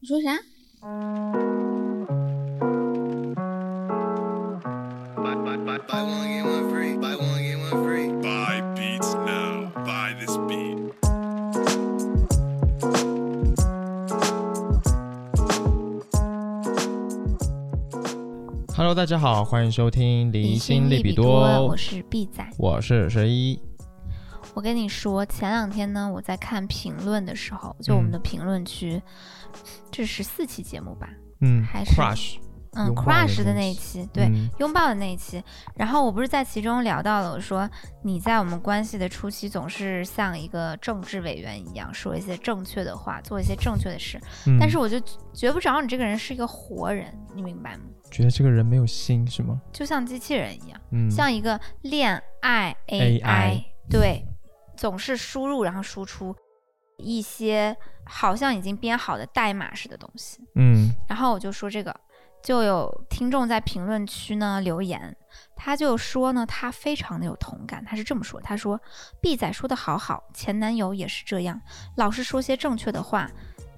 你说啥？ Buy, buy, buy, buy one, get one free. Buy one, get one free. Buy beats now. Buy this beat. Hello，大家好，欢迎收听《离心利利比多多》，我是 B 仔。我是十一，我跟你说，前两天呢，我在看评论的时候，就我们嗯的评论区，这十四期节目吧，嗯还是，Crush，嗯拥抱的，crush 的那那一一期，对，嗯拥抱的那一期。然后我不是在其中聊到了，我说你在我们关系的初期总是像一个政治委员一样，说一些正确的话，做一些正确的事，嗯但是我就觉不着你这个人是一个活人，你明白吗？觉得这个人没有心是吗？就像机器人一样，嗯，像一个恋爱 AI 对，总是输入然后输出一些好像已经编好的代码式的东西。嗯然后我就说这个，就有听众在评论区呢留言，他就说呢，他非常的有同感，他是这么说，他说 B 仔说的好好，前男友也是这样，老是说些正确的话。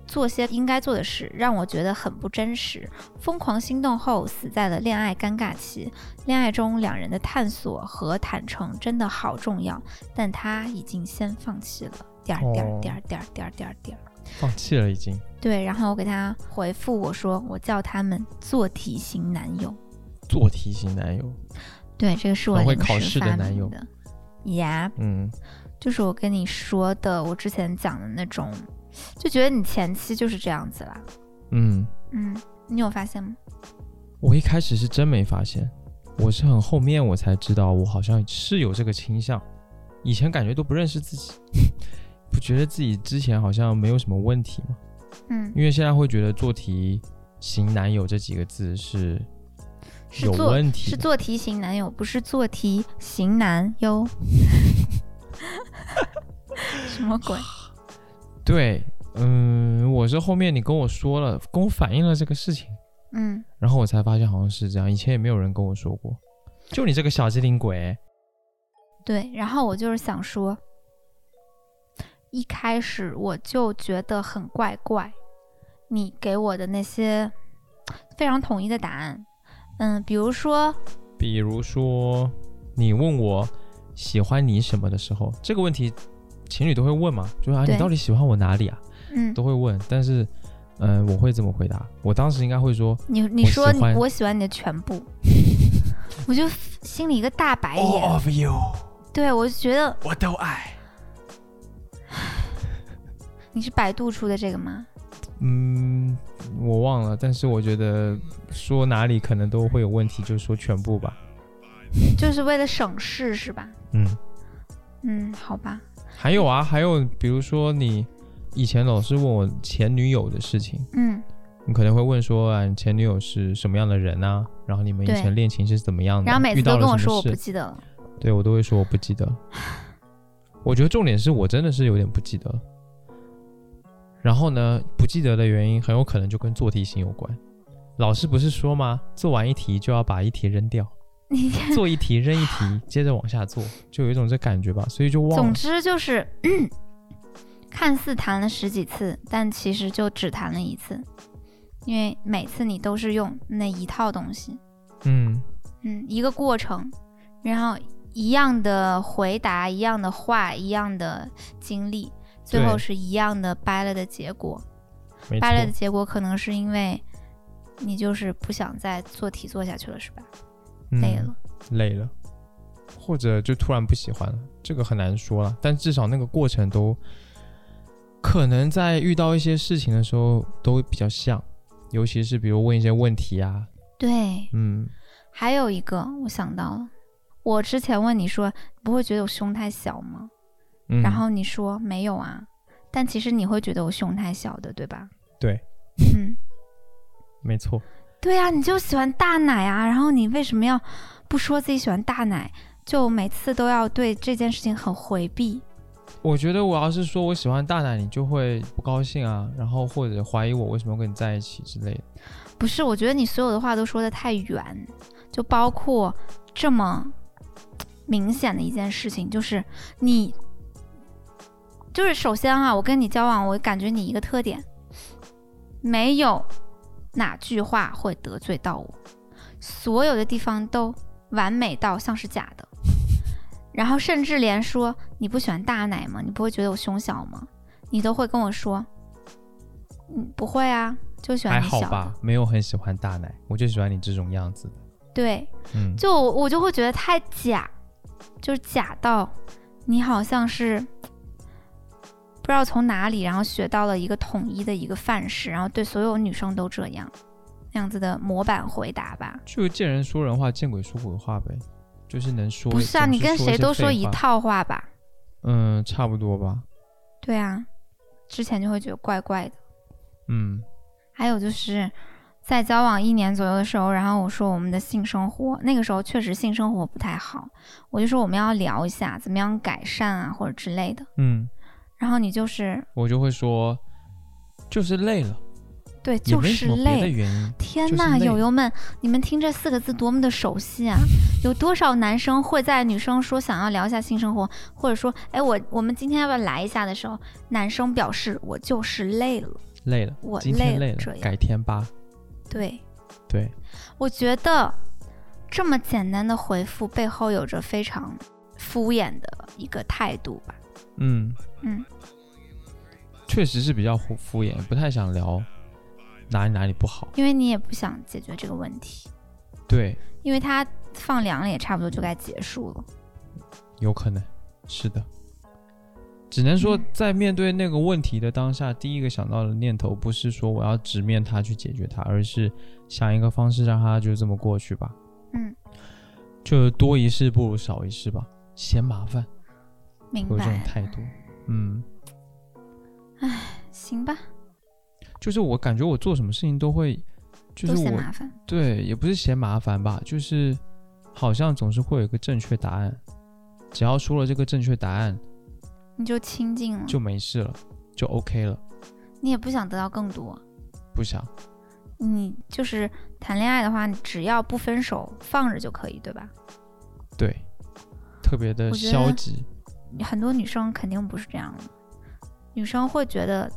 做些应该做的事，让我觉得很不真实。疯狂心动后，死在了恋爱尴尬期。恋爱中两人的探索和坦诚真的好重要，但他已经先放弃了。点儿点儿哦点儿点儿点儿点儿点儿。放弃了已经，对，然后我给他回复我说，我叫他们做题型男友。做题型男友，对，这个是我很会临考时试的发男明友的。呀嗯就是我跟你说的，我之前讲的那种，就觉得你前期就是这样子啦。嗯，嗯，你有发现吗？我一开始是真没发现，我是很后面我才知道，我好像是有这个倾向，以前感觉都不认识自己， 不觉得自己之前好像没有什么问题嘛，嗯，因为现在会觉得做题型男友这几个字是是有做问题是的。做题型男友，不是做题型男哟。 什么鬼？对，嗯，我是后面你跟我说了，跟我反映了这个事情，嗯，然后我才发现好像是这样，以前也没有人跟我说过，就你这个小机灵鬼，对，然后我就是想说，一开始我就觉得很怪怪，你给我的那些非常统一的答案，嗯，比如说，比如说你问我喜欢你什么的时候，这个问题情侣都会问嘛，就是啊对你到底喜欢我哪里啊，嗯，都会问，但是。嗯，我会这么回答。我当时应该会说，你你我说喜你欢我喜欢你的全部， 我就心里一个大白眼 of you，对我就觉得我都爱。你是百度出的这个吗？嗯，我忘了，但是我觉得说哪里可能都会有问题，就说全部吧。就是为了省事是吧？嗯，嗯，好吧，还有啊，还有比如说你以前老是问我前女友的事情，嗯，你可能会问说啊，你前女友是什么样的人啊？然后你们以对前恋情是怎么样的？然后每次遇到了都跟我什么说我不事记得了，对我都会说我不 记得。我觉得重点是我真的是有点不记得了。然后呢，不记得的原因很有可能就跟做题型有关。老师不是说吗？做完一题就要把一题扔 掉，你做一题扔一题，接着往下做，就有一种这感觉吧，所以就忘 总了。之就是， 看似谈了十几次，但其实就只谈了一次，因为每次你都是用那一套东西，嗯，嗯，一个过程，然后一样的回答，一样的话，一样的经历，最对后是一样的掰了的结果。没错掰。了的结果可能是因为你就是不想再做题做下去了，是吧？累嗯了。累了，或者就突然不喜欢了，这个很难说了。但至少那个过程都，可能在遇到一些事情的时候都比较像，尤其是比如问一些问题啊，对，嗯，还有一个我想到了，我之前问你说，不会觉得我胸太小吗？嗯然后你说没有啊，但其实你会觉得我胸太小的，对吧？对，嗯， 没错，对啊，你就喜欢大奶啊，然后你为什么要不说自己喜欢大奶？就每次都要对这件事情很回避，我觉得我要是说我喜欢大奶，你就会不高兴啊，然后或者怀疑我为什么跟你在一起之类的。不是？我觉得你所有的话都说的太远，就包括这么明显的一件事情，就是你，就是首先啊，我跟你交往，我感觉你一个特点没有哪句话会得罪到我，所有的地方都完美到像是假的。然后甚至连说你不喜欢大奶吗？你不会觉得我胸小吗？你都会跟我说，嗯，不会啊，就喜还欢你好小的。吧，没有很喜欢大奶，我就喜欢你这种样子的。对，嗯，就我我就会觉得太假，就是假到你好像是不知道从哪里，然后学到了一个统一的一个范式，然后对所有女生都这样那样子的模板回答吧。就见人说人话，见鬼说鬼话呗，就是能说。不是啊，总你跟说谁些都废说一话。套话吧？嗯，差不多吧。对啊，之前就会觉得怪怪的。嗯，还有就是在交往一年左右的时候，然后我说我们的性生活，那个时候确实性生活不太好，我就说我们要聊一下怎么样改善啊或者之类的。嗯，然后你就是我就会说，就是累了，对，也就没什是么别的累。原因。天就是呐，累友友们，你们听这四个字多么的熟悉啊！有多少男生会在女生说想要聊一下性生活，或者说，哎，我我们今天要不要来一下的时候，男生表示我就是累了。累了，我今天累了了，这样改天吧。对，对，我觉得这么简单的回复背后有着非常敷衍的一个态度吧。嗯嗯，确实是比较敷敷衍，不太想聊哪里哪里不好。因为你也不想解决这个问题，对，因为他放凉了也差不多就该结束了。有可能是的。只能说嗯，在面对那个问题的当下，第一个想到的念头不是说我要直面它去解决它，而是想一个方式让它就这么过去吧。嗯，就多一事不如少一事吧，嫌麻烦，明有这种白，态度。嗯，行吧，就是我感觉我做什么事情都会，就是都嫌我麻烦。对，也不是嫌麻烦吧，就是好像总是会有一个正确答案，只要说了这个正确答案你就清静了，就没事了，就 OK 了，你也不想得到更多。不想。你就是谈恋爱的话，你只要不分手，放着就可以，对吧？对，特别的我觉得消极。很多女生肯定不是这样的，女生会觉得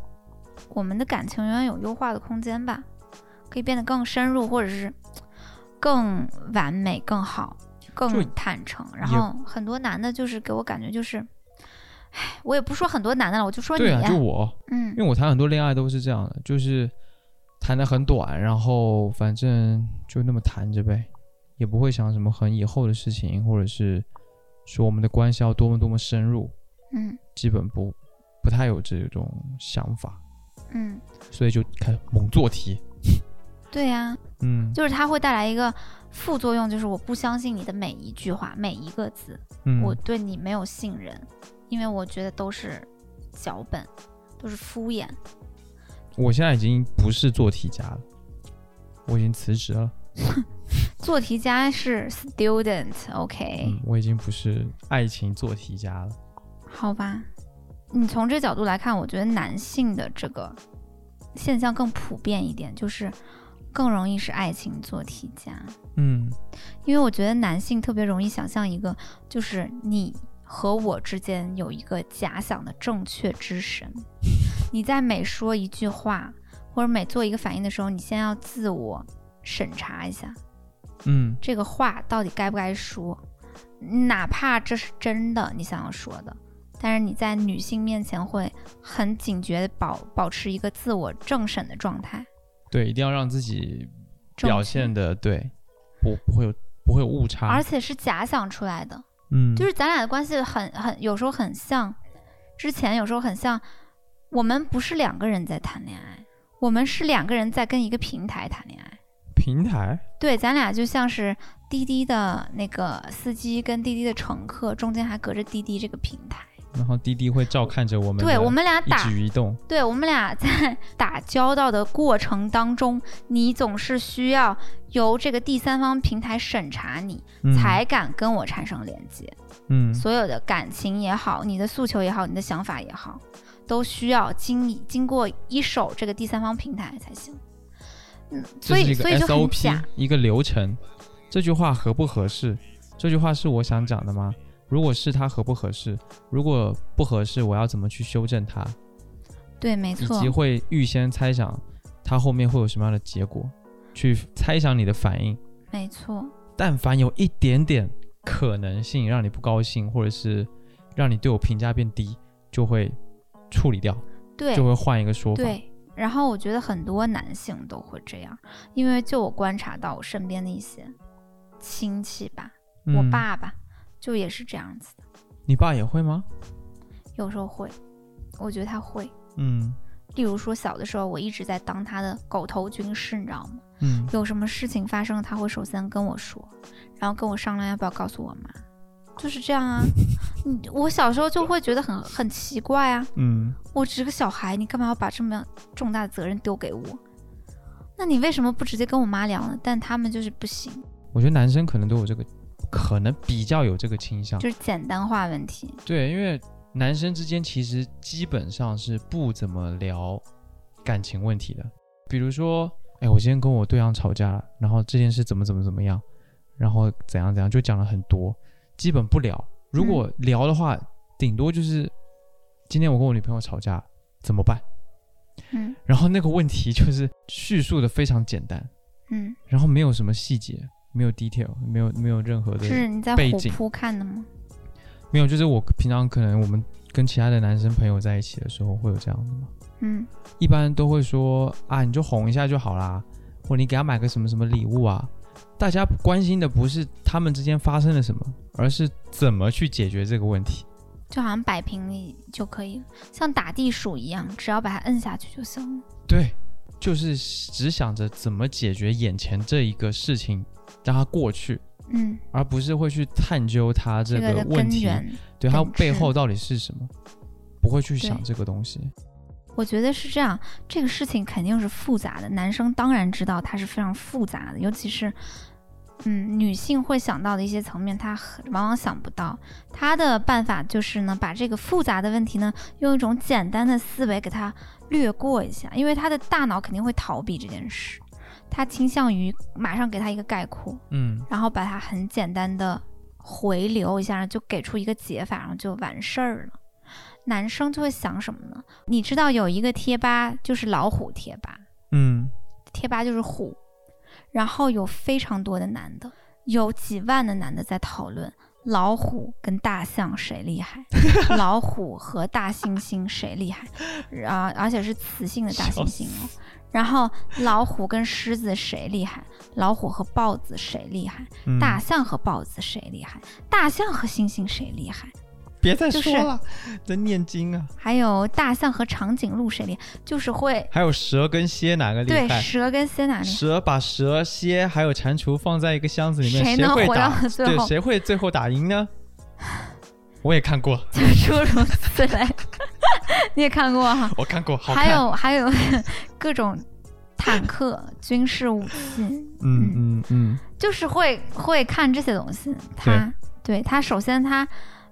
我们的感情永远有优化的空间吧，可以变得更深入，或者是更完美、更好、就更坦诚。然后很多男的就是给我感觉就是，唉，我也不说很多男的了，我就说你对啊，呀、就我，嗯因为我谈很多恋爱都是这样的，就是谈的很短，然后反正就那么谈着呗，也不会想什么很以后的事情，或者是说我们的关系要多么多么深入，嗯基本不不太有这种想法，嗯，所以就开始猛做题。对呀、嗯就是它会带来一个副作用，就是我不相信你的每一句话、每一个字，嗯，我对你没有信任，因为我觉得都是脚本，都是敷衍。我现在已经不是做题家了，我已经辞职了。做题家是 student，OK，、嗯，我已经不是爱情做题家了。好吧。你从这角度来看，我觉得男性的这个现象更普遍一点，就是更容易是爱情做题家。嗯，因为我觉得男性特别容易想象一个，就是你和我之间有一个假想的正确之神。你在每说一句话或者每做一个反应的时候，你先要自我审查一下，嗯，这个话到底该不该说，哪怕这是真的你想要说的，但是你在女性面前会很警觉地保保持一个自我政审的状态，对，一定要让自己正表确现的对，不不会有不会有误差。而且是假想出来的。嗯，就是咱俩的关系很很有时候很像，之前有时候很像，我们不是两个人在谈恋爱，我们是两个人在跟一个平台谈恋爱。平台，对，咱俩就像是滴滴的那个司机跟滴滴的乘客，中间还隔着滴滴这个平台。然后滴滴会照看着我们，对我们俩一打，举一动。对我们俩 在打交道的过程当中，你总是需要由这个第三方平台审查你，嗯才敢跟我产生连接。嗯，所有的感情也好，你的诉求也好，你的想法也好，都需要经经过一手这个第三方平台才行。嗯，这所是以一个所以就很 SOP 假。一个流程。这句话合不合适？这句话是我想讲的吗？如果是，它合不合适？如果不合适，我要怎么去修正它？对，没以错及，会预先猜想它后面会有什么样的结果，去猜想你的反应。没错，但凡有一点点可能性让你不高兴，或者是让你对我评价变低，就会处理掉，对就会换一个说法。对。然后我觉得很多男性都会这样，因为就我观察到我身边的一些亲戚吧，嗯我，爸爸就也是这样子的，你爸也会吗？有时候会，我觉得他会。嗯例如说，小的时候我一直在当他的狗头军师，你知道吗？嗯，有什么事情发生，他会首先跟我说，然后跟我商量要不要告诉我妈，就是这样啊。你我小时候就会觉得很很奇怪啊，嗯，我只是个小孩，你干嘛要把这么重大的责任丢给我？那你为什么不直接跟我妈聊呢？但他们就是不行，我觉得男生可能都有这个，可能比较有这个倾向。就是简单化问题。对，因为男生之间其实基本上是不怎么聊感情问题的。比如说，哎，我今天跟我对象吵架了，然后这件事怎么怎么怎么样，然后怎样怎样，就讲了很多，基本不聊。如果聊的话，顶多就是今天我跟我女朋友吵架怎么办？嗯然后那个问题就是叙述的非常简单，嗯，然后没有什么细节，没有 detail，没有没有任何的是你在背虎景扑看的吗？没有，就是我平常可能我们跟其他的男生朋友在一起的时候会有这样的嘛，嗯一般都会说啊，你就哄一下就好啦，或你给他买个什么什么礼物啊。大家关心的不是他们之间发生了什么，而是怎么去解决这个问题。就好像摆平你就可以了，像打地鼠一样，只要把它摁下去就行了。对，就是只想着怎么解决眼前这一个事情，让它过去，嗯，而不是会去探究它这这个个的问根题，源，对它本质背后到底是什么，不会去想对这个东西。我觉得是这样。这个事情肯定是复杂的，男生当然知道它是非常复杂的，尤其是。嗯，女性会想到的一些层面，她很往往想不到。她的办法就是呢，把这个复杂的问题呢，用一种简单的思维给它略过一下，因为她的大脑肯定会逃避这件事，她倾向于马上给她一个概括，嗯，然后把它很简单的回流一下，就给出一个解法，然后就完事儿了。男生就会想什么呢？你知道有一个贴吧就是老虎贴吧，嗯，贴吧就是虎，然后有非常多的男的，有几万的男的在讨论老虎跟大象谁厉害，老虎和大猩猩谁厉害，啊、而且是雌性的大猩猩哦。然后老虎跟狮子谁厉害，老虎和豹子谁厉害，嗯大象和豹子谁厉害，大象和猩猩谁厉害，别再就是说了，在念经啊。还有大象和长颈鹿谁厉害，就是会还有蛇跟蝎哪个厉对害？蛇跟蝎哪厉害。蛇把蛇、蝎还有蟾蜍放在一个箱子里面，谁谁能会活打？到最对，后？谁会最后打赢呢？我也看过，就诸如此类， 你也看过哈、我看过，好看。还有还有各种坦克、军事武器，嗯嗯嗯，就是会会看这些东西。他对他首先他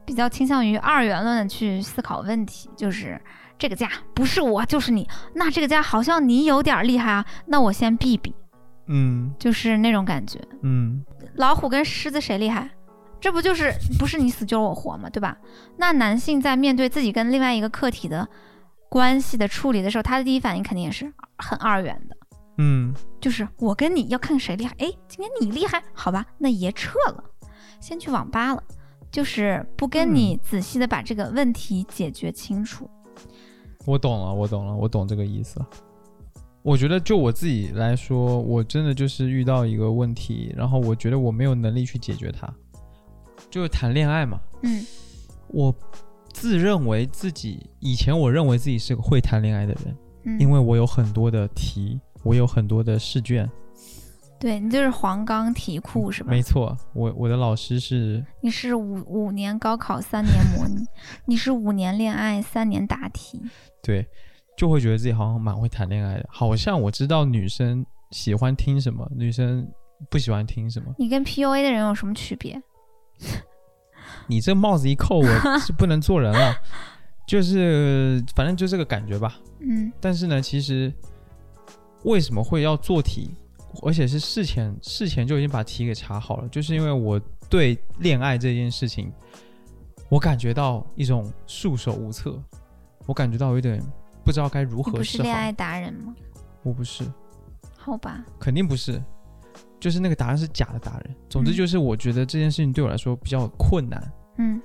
比较倾向于二元论的去思考问题，就是这个家不是我就是你，那这个家好像你有点厉害啊，那我先避避，嗯就是那种感觉。嗯老虎跟狮子谁厉害？这不就是不是你死就是我活嘛，对吧？那男性在面对自己跟另外一个客体的关系的处理的时候，他的第一反应肯定也是很二元的，嗯就是我跟你要看谁厉害。哎，今天你厉害，好吧，那爷撤了，先去网吧了，就是不跟你仔细的把这个问题解决清楚。我懂了，我懂了，我懂这个意思了。我觉得就我自己来说，我真的就是遇到一个问题，然后我觉得我没有能力去解决它，就是谈恋爱嘛，嗯我自认为自己以前我认为自己是个会谈恋爱的人，嗯，因为我有很多的题，我有很多的试卷。对你就是黄冈题库是吧？没错，我我的老师是你是五五年高考三年模 拟，你是五年恋爱三年答题。对，就会觉得自己好像蛮会谈恋爱的，好像我知道女生喜欢听什么，女生不喜欢听什 么。你跟 PUA 的人有什么区别？你这帽子一扣，我是不能做人了。 就是反正就这个感觉吧。嗯但是呢，其实为什么会要做题，而且是事前事前就已经把题给查好了，就是因为我对恋爱这件事情，我感觉到一种束手无策，我感觉到有点不知道该如你何不是是好恋。爱达人吗？我不是，好吧，肯定不是，就是那个答案是假的答案。总之嗯就是我觉得这件事情对我来说比较困难，嗯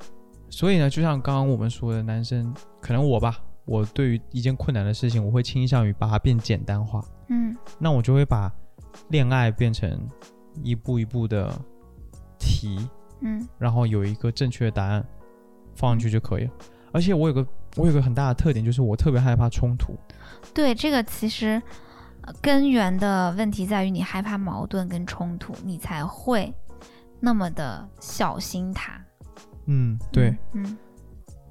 所以呢，就像刚刚我们说的，男生可能我吧，我对于一件困难的事情，我会倾向于把它变简单化，嗯那我就会把恋爱变成一步一步的题，嗯然后有一个正确的答案放上去就可以了。而且我有个我有个很大的特点，就是我特别害怕冲突。对，这个其实呃根源的问题在于你害怕矛盾跟冲突，你才会那么的小心它。嗯，对，嗯，嗯，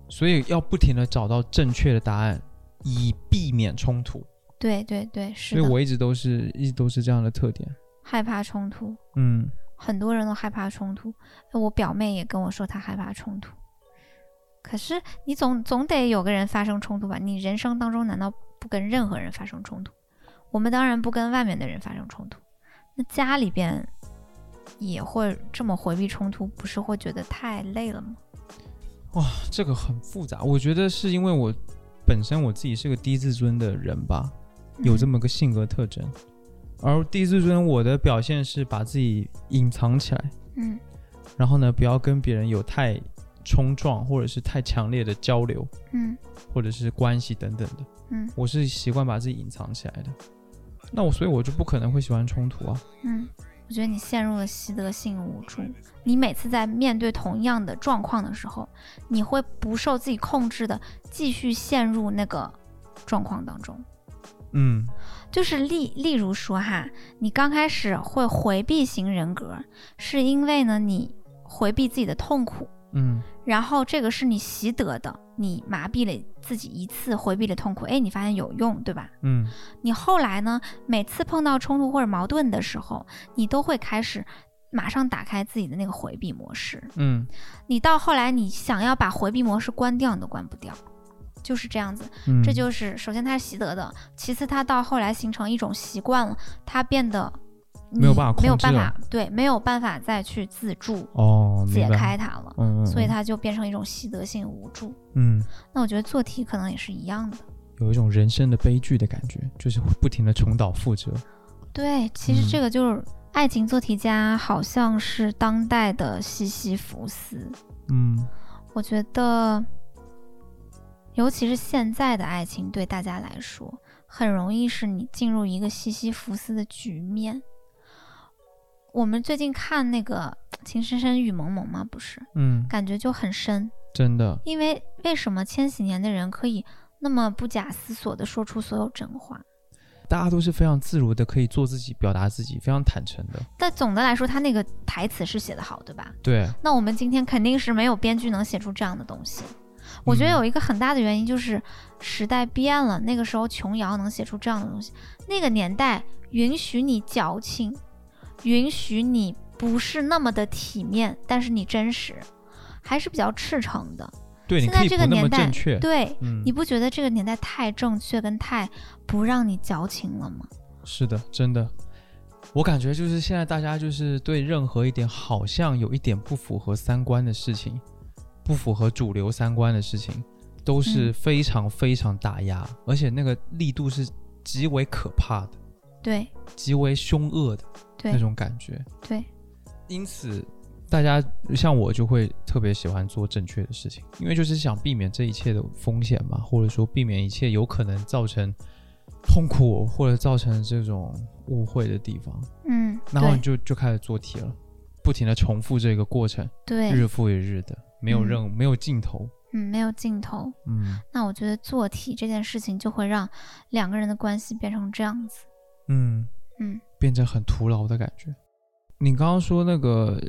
所以要不停的找到正确的答案，以避免冲突。对对对，是所以的，我一直都是一直都是这样的特点。害怕冲突，嗯，很多人都害怕冲突。呃我表妹也跟我说她害怕冲突，可是你总总得有个人发生冲突吧？你人生当中难道不跟任何人发生冲突？我们当然不跟外面的人发生冲突，那家里边也会这么回避冲突，不是会觉得太累了吗？这个很复杂，我觉得是因为我本身我自己是个低自尊的人吧，有这嗯么个性格特征。而低自尊我的表现是把自己隐藏起来，嗯然后呢，不要跟别人有太冲撞或者是太强烈的交流，嗯或者是关系等等的。嗯我是习惯把自己隐藏起来的。那我所以我就不可能会喜欢冲突啊。嗯，我觉得你陷入了习得性无助。你每次在面对同样的状况的时候，你会不受自己控制的继续陷入那个状况当中。嗯就是例例如说哈，你刚开始会回避型人格，是因为呢你回避自己的痛苦，嗯然后这个是你习得的，你麻痹了自己一次，回避了痛苦，哎，你发现有用，对吧？嗯你后来呢，每次碰到冲突或者矛盾的时候，你都会开始马上打开自己的那个回避模式。嗯你到后来，你想要把回避模式关掉，你都关不掉，就是这样子。嗯，这就是首先它是习得的，其次它到后来形成一种习惯了，它变得你没有办法控没有制办了法对，没有办法再去自助哦，解明白开。它了，嗯，嗯所以它就变成一种习得性无助。嗯那我觉得做题可能也是一样的。有一种人生的悲剧的感觉，就是会不停的重蹈覆辙。对，其实嗯这个就是爱情做题家，好像是当代的西西弗斯。嗯我觉得，尤其是现在的爱情，对大家来说，很容易是你进入一个西西弗斯的局面。我们最近看那个《情深深雨蒙蒙》嘛，不是，嗯，感觉就很深。真的，因为为什么千禧年的人可以那么不假思索地说出所有真话？大家都是非常自如的，可以做自己，表达自己，非常坦诚的。但总的来说，他那个台词是写得好，对吧？对，那我们今天肯定是没有编剧能写出这样的东西。我觉得嗯有一个很大的原因就是时代变了，那个时候琼瑶能写出这样的东西，那个年代允许你矫情，允许你不是那么的体面，但是你真实，还是比较赤诚的。对，你现可在以这不个那么年代正确。对，嗯你，不觉得这个年代太正确跟太不让你矫情了吗？是的，真的。我感觉就是现在大家就是对任何一点好像有一点不符合三观的事情，不符合主流三观的事情，都是嗯非常非常打压，而且那个力度是极为可怕的、对极为凶恶的那对种感觉。对，因此，大家像我就会特别喜欢做正确的事情，因为就是想避免这一切的风险嘛，或者说避免一切有可能造成痛苦或者造成这种误会的地方，嗯，然后你对就就开始做题了，不停的重复这个过程，对，日复一日的，没有嗯任务，没有尽头。嗯，没有尽头。嗯那我觉得做题这件事情就会让两个人的关系变成这样子。嗯，嗯变成很徒劳的感觉。你刚刚说那个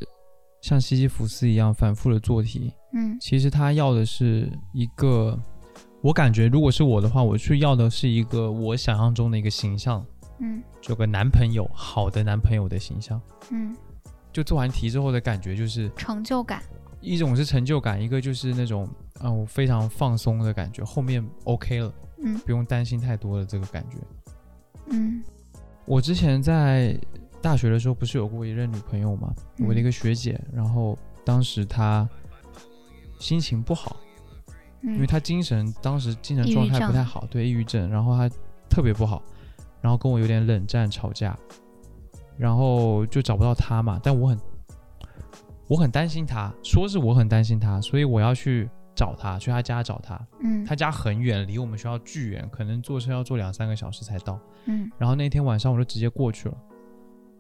像西西弗斯一样反复的做题，嗯其实他要的是一个，我感觉如果是我的话，我去要的是一个我想象中的一个形象，嗯就有个男朋友，好的男朋友的形象。嗯，就做完题之后的感觉，就是成就感。一种是成就感，一个就是那种啊、我非常放松的感觉，后面 OK 了，嗯不用担心太多的这个感觉。嗯我之前在大学的时候不是有过一任女朋友嘛，嗯我的一个学姐，然后当时她心情不好，因为嗯他精神当时精神抑郁状态不症太好，对抑郁症，然后他特别不好，然后跟我有点冷战吵架，然后就找不到他嘛。但我很我很担心他，说是我很担心他，所以我要去找他，去他家找他。嗯他家很远，离我们学校巨远，可能坐车要坐两三个小时才到。嗯，然后那天晚上我就直接过去了，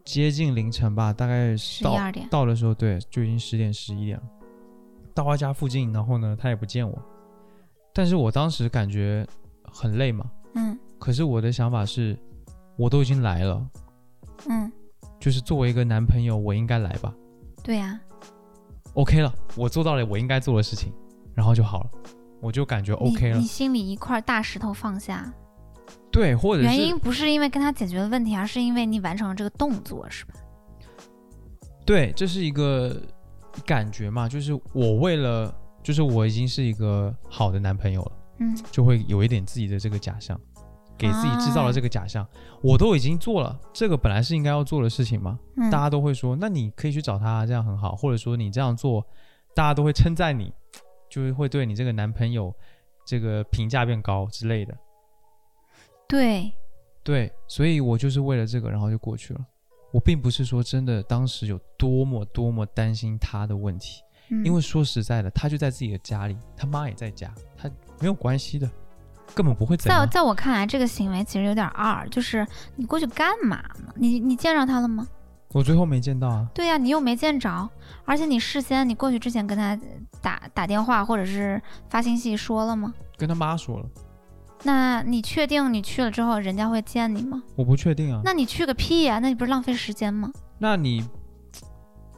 接近凌晨吧，大概十到一二点，到的时候，对，就已经十点十一点了。到他家附近，然后呢，他也不见我，但是我当时感觉很累嘛。嗯可是我的想法是，我都已经来了，嗯，就是作为一个男朋友，我应该来吧。对呀、 OK 了，我做到了我应该做的事情，然后就好了，我就感觉 OK 你了你。心里一块大石头放下，对，或者原是因不是因为跟他解决了问题，而是因为你完成了这个动作，是吧？对，这是一个感觉嘛，就是我为了，就是我已经是一个好的男朋友了。嗯就会有一点自己的这个假象，给自己制啊造了这个假象。我都已经做了，这个本来是应该要做的事情嘛，嗯，大家都会说，那你可以去找他，这样很好，或者说你这样做，大家都会称赞你，就是会对你这个男朋友这个评价变高之类的。对，对，所以我就是为了这个，然后就过去了。我并不是说真的当时有多么多么担心他的问题，嗯因为说实在的，他就在自己的家里，他妈也在家，他没有关系的，根本不会怎在我样。在我看来，这个行为其实有点二，就是你过去干嘛呢？你你见着他了吗？我最后没见到啊。对呀、你又没见着，而且你事先你过去之前跟他打打电话或者是发信息说了吗？跟他妈说了，那你确定你去了之后人家会见你吗？我不确定啊。那你去个屁呀、那你不是浪费时间吗？那你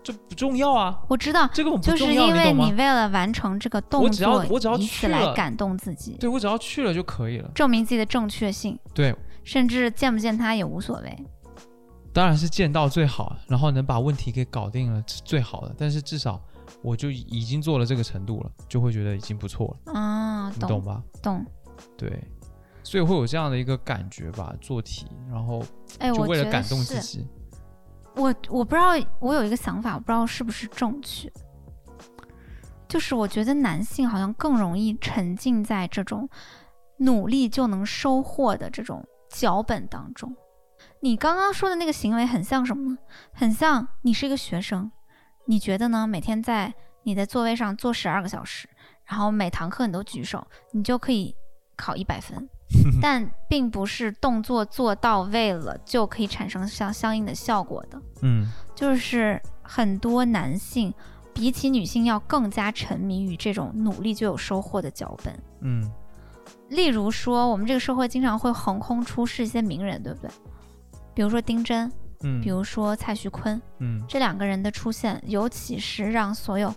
这不重要啊，我知道，这个我不就是重要，因为懂你吗？为了完成这个动我只要作，我只要以去此来了感动自己，对我只要去了就可以了。证明自己的正确性，对，甚至见不见他也无所谓。当然是见到最好，然后能把问题给搞定了是最好的。但是至少我就已经做了这个程度了，就会觉得已经不错了，啊，你懂懂吧？懂。对，所以会有这样的一个感觉吧，做题，然后哎，就我为了觉得感动是自。己。我我不知道，我有一个想法，我不知道是不是正确，就是我觉得男性好像更容易沉浸在这种努力就能收获的这种脚本当中。你刚刚说的那个行为很像什么呢？很像你是一个学生，你觉得呢？每天在你的座位上坐十二个小时，然后每堂课你都举手，你就可以考一百分。但并不是动作做到位了就可以产生相相应的效果的，嗯，就是很多男性比起女性要更加沉迷于这种努力就有收获的脚本。嗯，例如说，我们这个社会经常会横空出世一些名人，对不对？比如说丁真，嗯，比如说蔡徐坤，嗯，这两个人的出现，尤其是让所有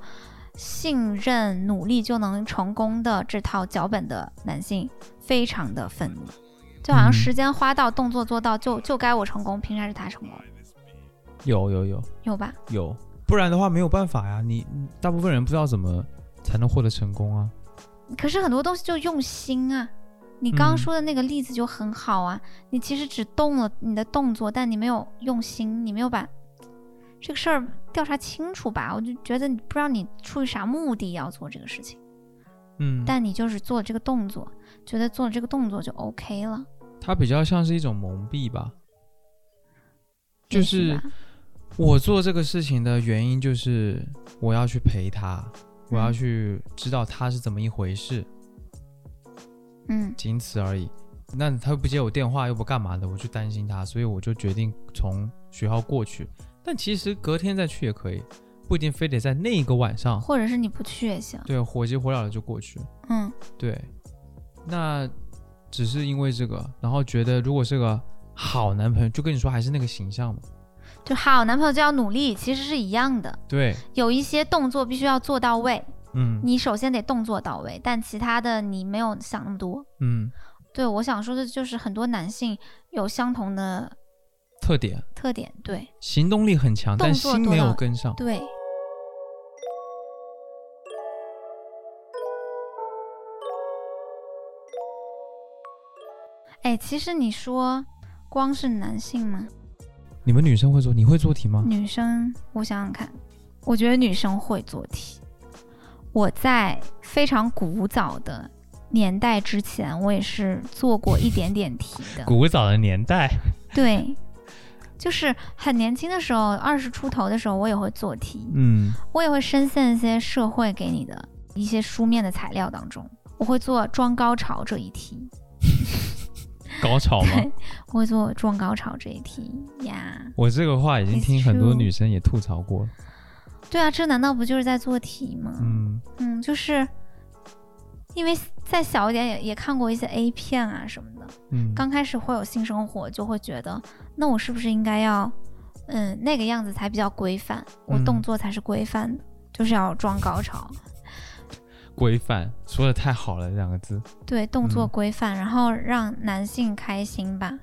信任、努力就能成功的这套脚本的男性非常的愤怒，就好像嗯时间花到，动作做到，就就该我成功，凭啥是他成功？有有有有吧？有，不然的话没有办法呀。你你大部分人不知道怎么才能获得成功啊。可是很多东西就用心啊。你刚刚嗯说的那个例子就很好啊，你其实只动了你的动作，但你没有用心，你没有把这个事儿调查清楚吧？我就觉得你不知道你出于啥目的要做这个事情。嗯，但你就是做这个动作，觉得做了这个动作就 OK 了，它比较像是一种蒙蔽吧。就也许是吧我做这个事情的原因就是我要去陪他，我要去知道他是怎么一回事，嗯仅此而已。那他又不接我电话，又不干嘛的，我就担心他，所以我就决定从学校过去。但其实隔天再去也可以，不一定非得在那一个晚上。或者是你不去也行，对，火急火燎的就过去。嗯对，那只是因为这个，然后觉得如果是个好男朋友，就跟你说还是那个形象嘛。就好男朋友就要努力，其实是一样的，对，有一些动作必须要做到位，嗯你首先得动作到位，但其他的你没有想那么多。嗯，对，我想说的就是很多男性有相同的特点，特点，对行动力很强，但动作心多没有到跟上。对，哎，其实你说光是男性吗？你们女生会做，你会做题吗？女生，我想想看，我觉得女生会做题。我在非常古早的年代之前，我也是做过一点点题的。古早的年代， 对，就是很年轻的时候，二十出头的时候，我也会做题，嗯我也会深陷一些社会给你的一些书面的材料当中。我会做装高潮这一题， 高潮吗？我会做装高潮这一题呀。我这个话已经 It's 听很多 true 女生也吐槽过了。对啊，这难道不就是在做题吗？嗯，嗯，就是因为再小一点也也看过一些 A 片啊什么的，嗯刚开始会有性生活，就会觉得那我是不是应该要嗯那个样子才比较规范，我嗯动作才是规范的，就是要装高潮，规范说的太好了，这两个字。对，动作嗯规范，然后让男性开心吧。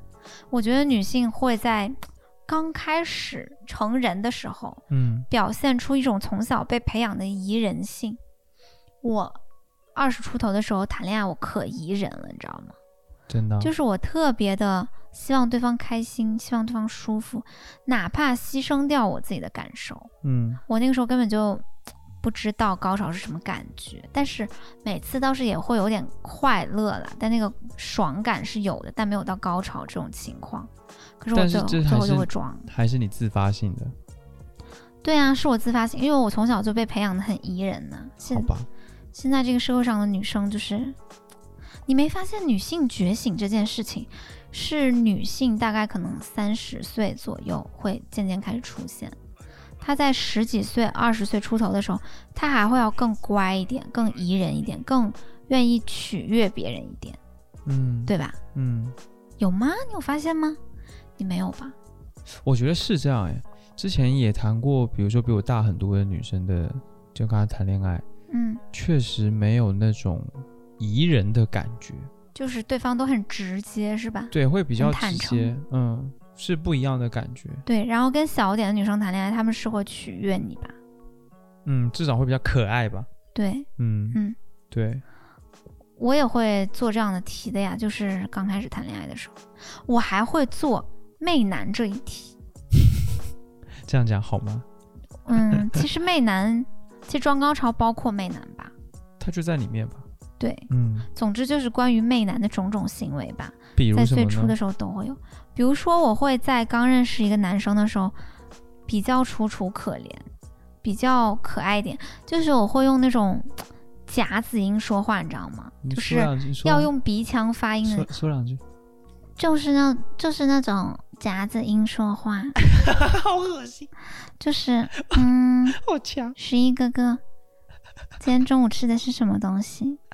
我觉得女性会在刚开始成人的时候，嗯表现出一种从小被培养的宜人性。我二十出头的时候谈恋爱，我可宜人了，你知道吗？，真的啊，就是我特别的希望对方开心，希望对方舒服，哪怕牺牲掉我自己的感受。嗯我那个时候根本就不知道高潮是什么感觉，但是每次倒是也会有点快乐啦，但那个爽感是有的，但没有到高潮这种情况。可是我但是最后这最还后就是会装。还是你自发性的，对啊，是我自发性，因为我从小就被培养的很宜人呢、现好吧？现在这个社会上的女生，就是你没发现女性觉醒这件事情，是女性大概可能三十岁左右会渐渐开始出现。她在十几岁、二十岁出头的时候，她还会要更乖一点、更宜人一点、更愿意取悦别人一点，嗯，，对吧？嗯，有吗？你有发现吗？你没有吧？我觉得是这样哎。之前也谈过，比如说比我大很多的女生的，就跟她谈恋爱，嗯，确实没有那种宜人的感觉，就是对方都很直接，是吧？对，会比较很坦直接，嗯，是不一样的感觉，对，然后跟小一点的女生谈恋爱，她们是会取悦你吧？嗯，至少会比较可爱吧，对，嗯嗯，对，我也会做这样的题的呀，就是刚开始谈恋爱的时候，我还会做媚男这一题。这样讲好吗？嗯， 其实媚男，其实装高潮包括媚男吧？它就在里面吧，对，嗯，总之就是关于媚男的种种行为吧，比如在什么最初的呢？时候都会有。比如说，我会在刚认识一个男生的时候，比较楚楚可怜，比较可爱一点，就是我会用那种夹子音说话，你知道吗？你就说是两句，说啊要两用鼻腔发音的说说两句，就是那，就是那种夹着音说话， 好恶心，就是嗯， 好强，十一哥哥，今天中午吃的是什么东西？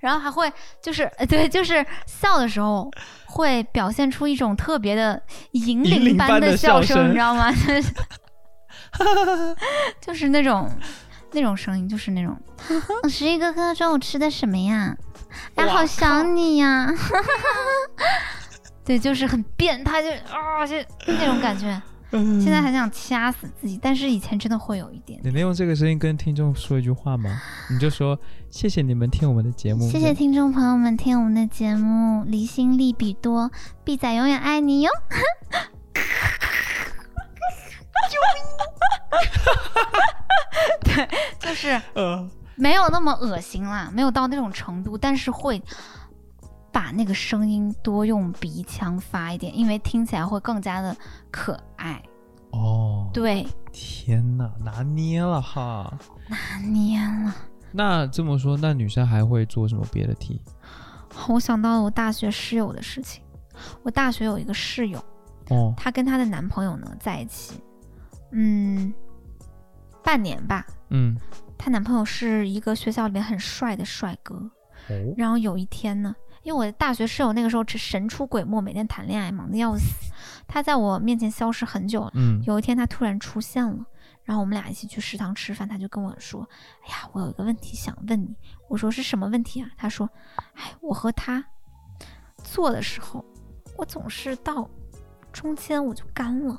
然后还会就是，呃对，就是笑的时候会表现出一种特别的引引领领般的的笑笑声你知道吗？就是 就是那种那种声音，就是那 种十一哥哥中午吃的什么呀？哎，好想你呀！ 对，就是很变态，就是啊，就那种感觉。现在很想掐死自己，但是以前真的会有一点。你能用这个声音跟听众说一句话吗？你就说谢谢你们听我们的节目，谢谢听众朋友们听我们的节目，离心力比多，毕仔永远爱你哟！ 对，就是呃，没有那么恶心啦，没有到那种程度，但是会把那个声音多用鼻腔发一点，因为听起来会更加的可爱。哦，对，天哪，拿捏了哈。拿捏了。那这么说，那女生还会做什么别的题？我想到了我大学室友的事情。我大学有一个室友，哦，她跟她的男朋友呢在一起，嗯，半年吧。嗯，她男朋友是一个学校里面很帅的帅哥。哦，然后有一天呢，因为我的大学室友那个时候只神出鬼没，每天谈恋爱，忙得要死。她在我面前消失很久了。嗯，有一天她突然出现了，然后我们俩一起去食堂吃饭，她就跟我说：“哎呀，我有一个问题想问你。”我说：“是什么问题啊？”她说：“哎，我和他做的时候，我总是到中间我就干了，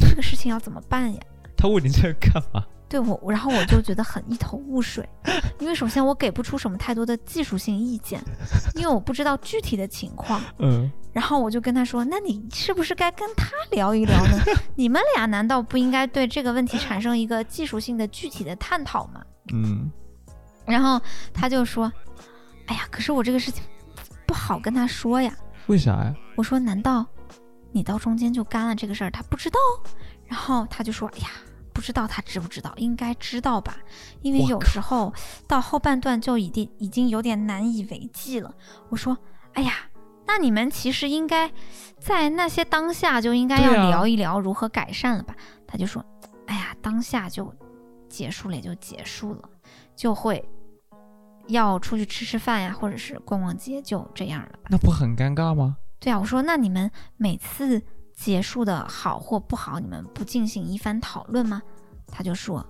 这个事情要怎么办呀？”他问你这个干嘛？对我，我然后我就觉得很一头雾水，因为首先我给不出什么太多的技术性意见，因为我不知道具体的情况。嗯，然后我就跟他说：“那你是不是该跟他聊一聊呢？ 你们俩难道不应该对这个问题产生一个技术性的具体的探讨吗嗯，？”然后他就说：“哎呀，可是我这个事情不好跟他说呀。为啥呀？”我说：“难道你到中间就干了这个事儿，他不知道？”然后他就说：“哎呀，不知道他知不知道，应该知道吧？因为我有靠时候到后半段就已经已经有点难以为继了。”我说：“哎呀。”那你们其实应该在那些当下就应该要对啊聊一聊如何改善了吧？他就说：“哎呀，当下就结束了，也就结束了，就会要出去吃吃饭呀，或者是逛逛街，就这样了吧。那不很尴尬吗？”对啊，我说那你们每次结束的好或不好，你们不进行一番讨论吗？他就说：“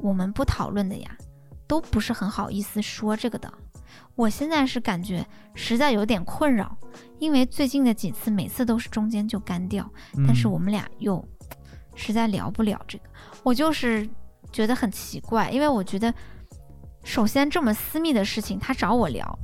我们不讨论的呀，都不是很好意思说这个的。我现在是感觉实在有点困扰，因为最近的几次每次都是中间就干掉，但是嗯我们俩又实在聊不了这个，我就是觉得很奇怪，因为我觉得，首先这么私密的事情他找我 聊，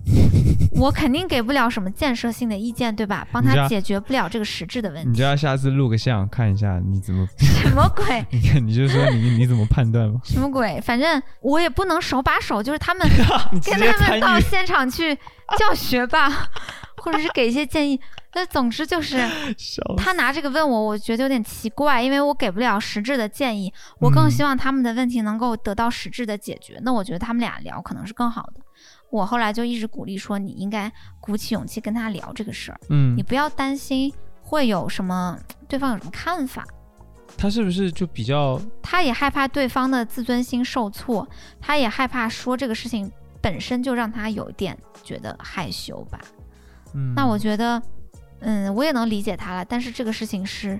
我肯定给不了什么建设性的意见，对吧？帮你这他样解决不了这个实质的问你题就，要下次录个像，看一下你怎么， 什么鬼？你看你就说你你怎么判断嘛？什么鬼？反正我也不能手把手，就是他们 你直跟接他参们到与，现场去教学吧， 或者是给一些建议。那总之就是。笑死他拿这个问我，我觉得有点奇怪，因为我给不了实质的建议，我更嗯希望他们的问题能够得到实质的解决。那我觉得他们俩聊可能是更好的。我后来就一直鼓励说，你应该鼓起勇气跟他聊这个事儿，嗯你，不要担心会有什么对方有什么看法。他是不是就比较他也害怕对方的自尊心受挫，他也害怕说这个事情本身就让他有一点觉得害羞吧。嗯？那我觉得，嗯，我也能理解他了。但是这个事情是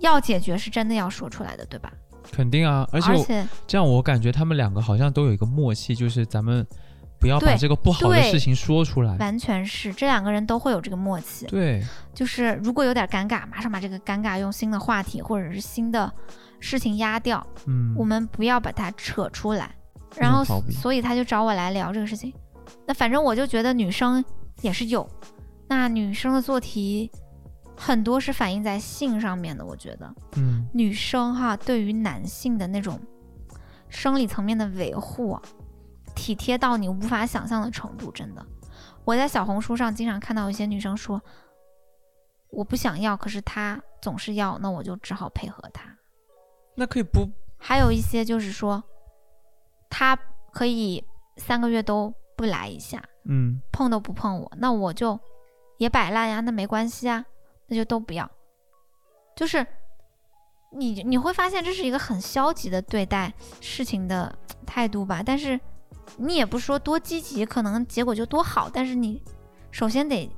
要解决，是真的要说出来的，对吧？肯定啊，而而且我这样我感觉他们两个好像都有一个默契，就是咱们不要把对这个不好的对事情说出来。完全是这两个人都会有这个默契，对，就是如果有点尴尬，马上把这个尴尬用新的话题或者是新的事情压掉，嗯，我们不要把它扯出来。然后不能逃避，所以他就找我来聊这个事情。那反正我就觉得女生也是有，那女生的做题很多是反映在性上面的，我觉得。嗯，女生哈对于男性的那种生理层面的维护啊，体贴到你无法想象的程度，真的。我在小红书上经常看到一些女生说，我不想要，可是他总是要，那我就只好配合他。那可以不还有一些就是说，他可以三个月都不来一下，嗯碰都不碰我，那我就也摆烂呀，那没关系啊，那就都不要。就是你你会发现这是一个很消极的对待事情的态度吧，但是你也不说多积极，可能结果就多好，但是你首先得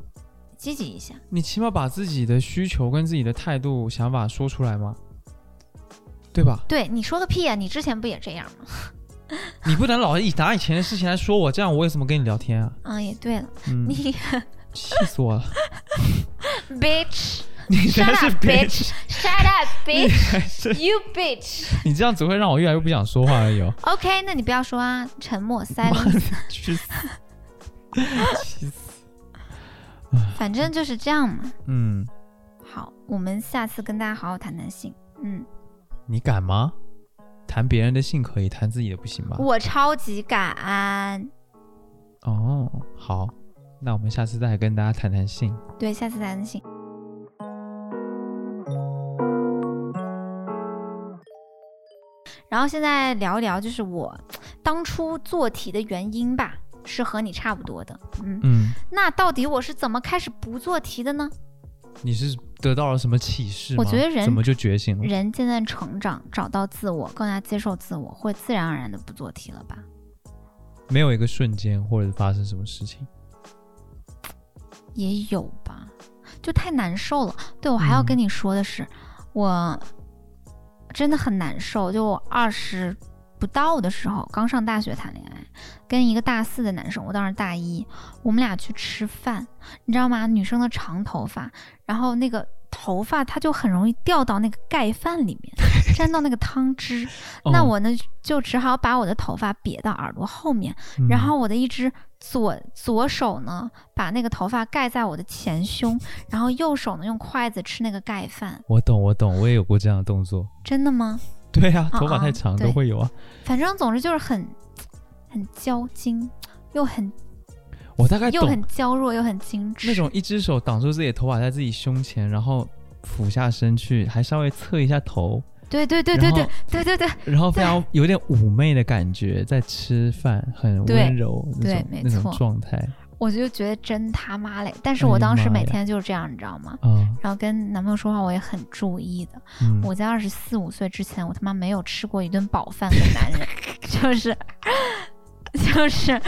积极一下。你起码把自己的需求跟自己的态度、想法说出来嘛，对吧？对，你说个屁呀、你之前不也这样吗？你不能老以拿以前的事情来说我，这样我也怎么跟你聊天啊？嗯，也对了， 嗯，你气死 我了！ bitch 你真 Shut 是 up, bitch， shut up 你 bitch 还是 you bitch。 你这样只会让我越来越不想说话而已哦。 OK，那你不要说啊，沉默妈 silence。的，去死！气死！反正就是这样嘛。嗯，好，我们下次跟大家好好谈谈性。嗯，你敢吗？谈别人的性可以，谈自己的不行吗？我超级感恩。哦，好，那我们下次再来跟大家谈谈性。对，下次谈谈性。然后现在聊一聊，就是我当初做题的原因吧，是和你差不多的。嗯，嗯，那到底我是怎么开始不做题的呢？你是得到了什么启示吗？我觉得人怎么就觉醒了？人渐渐成长，找到自我，更加接受自我，会自然而然的不做题了吧？没有一个瞬间或者发生什么事情。也有吧，就太难受了。对我还要嗯跟你说的是，我真的很难受。就我二十不到的时候，刚上大学谈恋爱，跟一个大四的男生，我当时大一，我们俩去吃饭，你知道吗？女生的长头发，然后那个。头发它就很容易掉到那个盖饭里面，沾到那个汤汁。那哦我呢就只好把我的头发别到耳朵后面，嗯然后我的一只左左手呢，把那个头发盖在我的前胸，然后右手呢用筷子吃那个盖饭。我懂，我懂，我也有过这样的动作。真的吗？对啊，哦头发哦太长对都会有啊。反正总之就是很很娇精，又很我大概哎又懂很娇弱又很精致那种一只手挡住自己的头发在自己胸前，然后俯下身去，还稍微侧一下头，对对对对然后对对对对，然后非常有点妩媚的感觉，在吃饭，很对温柔那对种没那种错状态我就觉得真他妈嘞！但是哎呀我当时妈每呀天就是这样，你知道吗？啊。然后跟男朋友说话，我也很注意的。嗯，我在二十四五岁之前，我他妈没有吃过一顿饱饭的男人，就是就是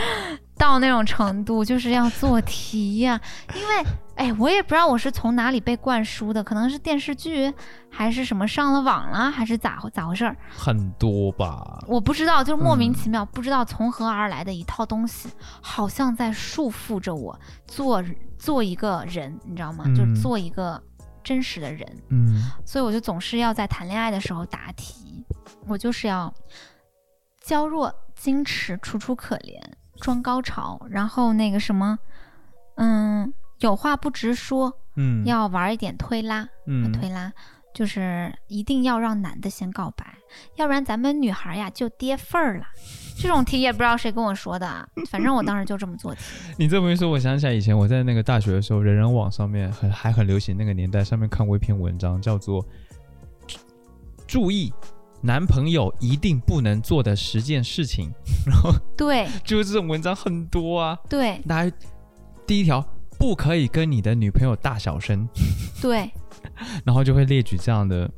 到那种程度，就是要做题呀、因为哎，我也不知道我是从哪里被灌输的，可能是电视剧，还是什么上了网啦，还是咋咋回事儿，很多吧。我不知道，就是莫名其妙，不知道从何而来的一套东西，好像在束缚着我做做一个人，你知道吗？就是嗯做一个真实的人。嗯，所以我就总是要在谈恋爱的时候答题，我就是要娇弱、矜持、楚楚可怜、装高潮，然后那个什么，嗯，有话不直说，嗯，要玩一点推拉，嗯推拉。就是一定要让男的先告白，要不然咱们女孩呀就跌份儿了。这种题也不知道谁跟我说的啊，反正我当时就这么做题。你这么一说，我想起来以前我在那个大学的时候，人人网上面很还很流行那个年代，上面看过一篇文章，叫做“注意男朋友一定不能做的十件事情”，然后对就是这种文章很多啊。对大家第一条，不可以跟你的女朋友大小声，对，然后就会列举这样的。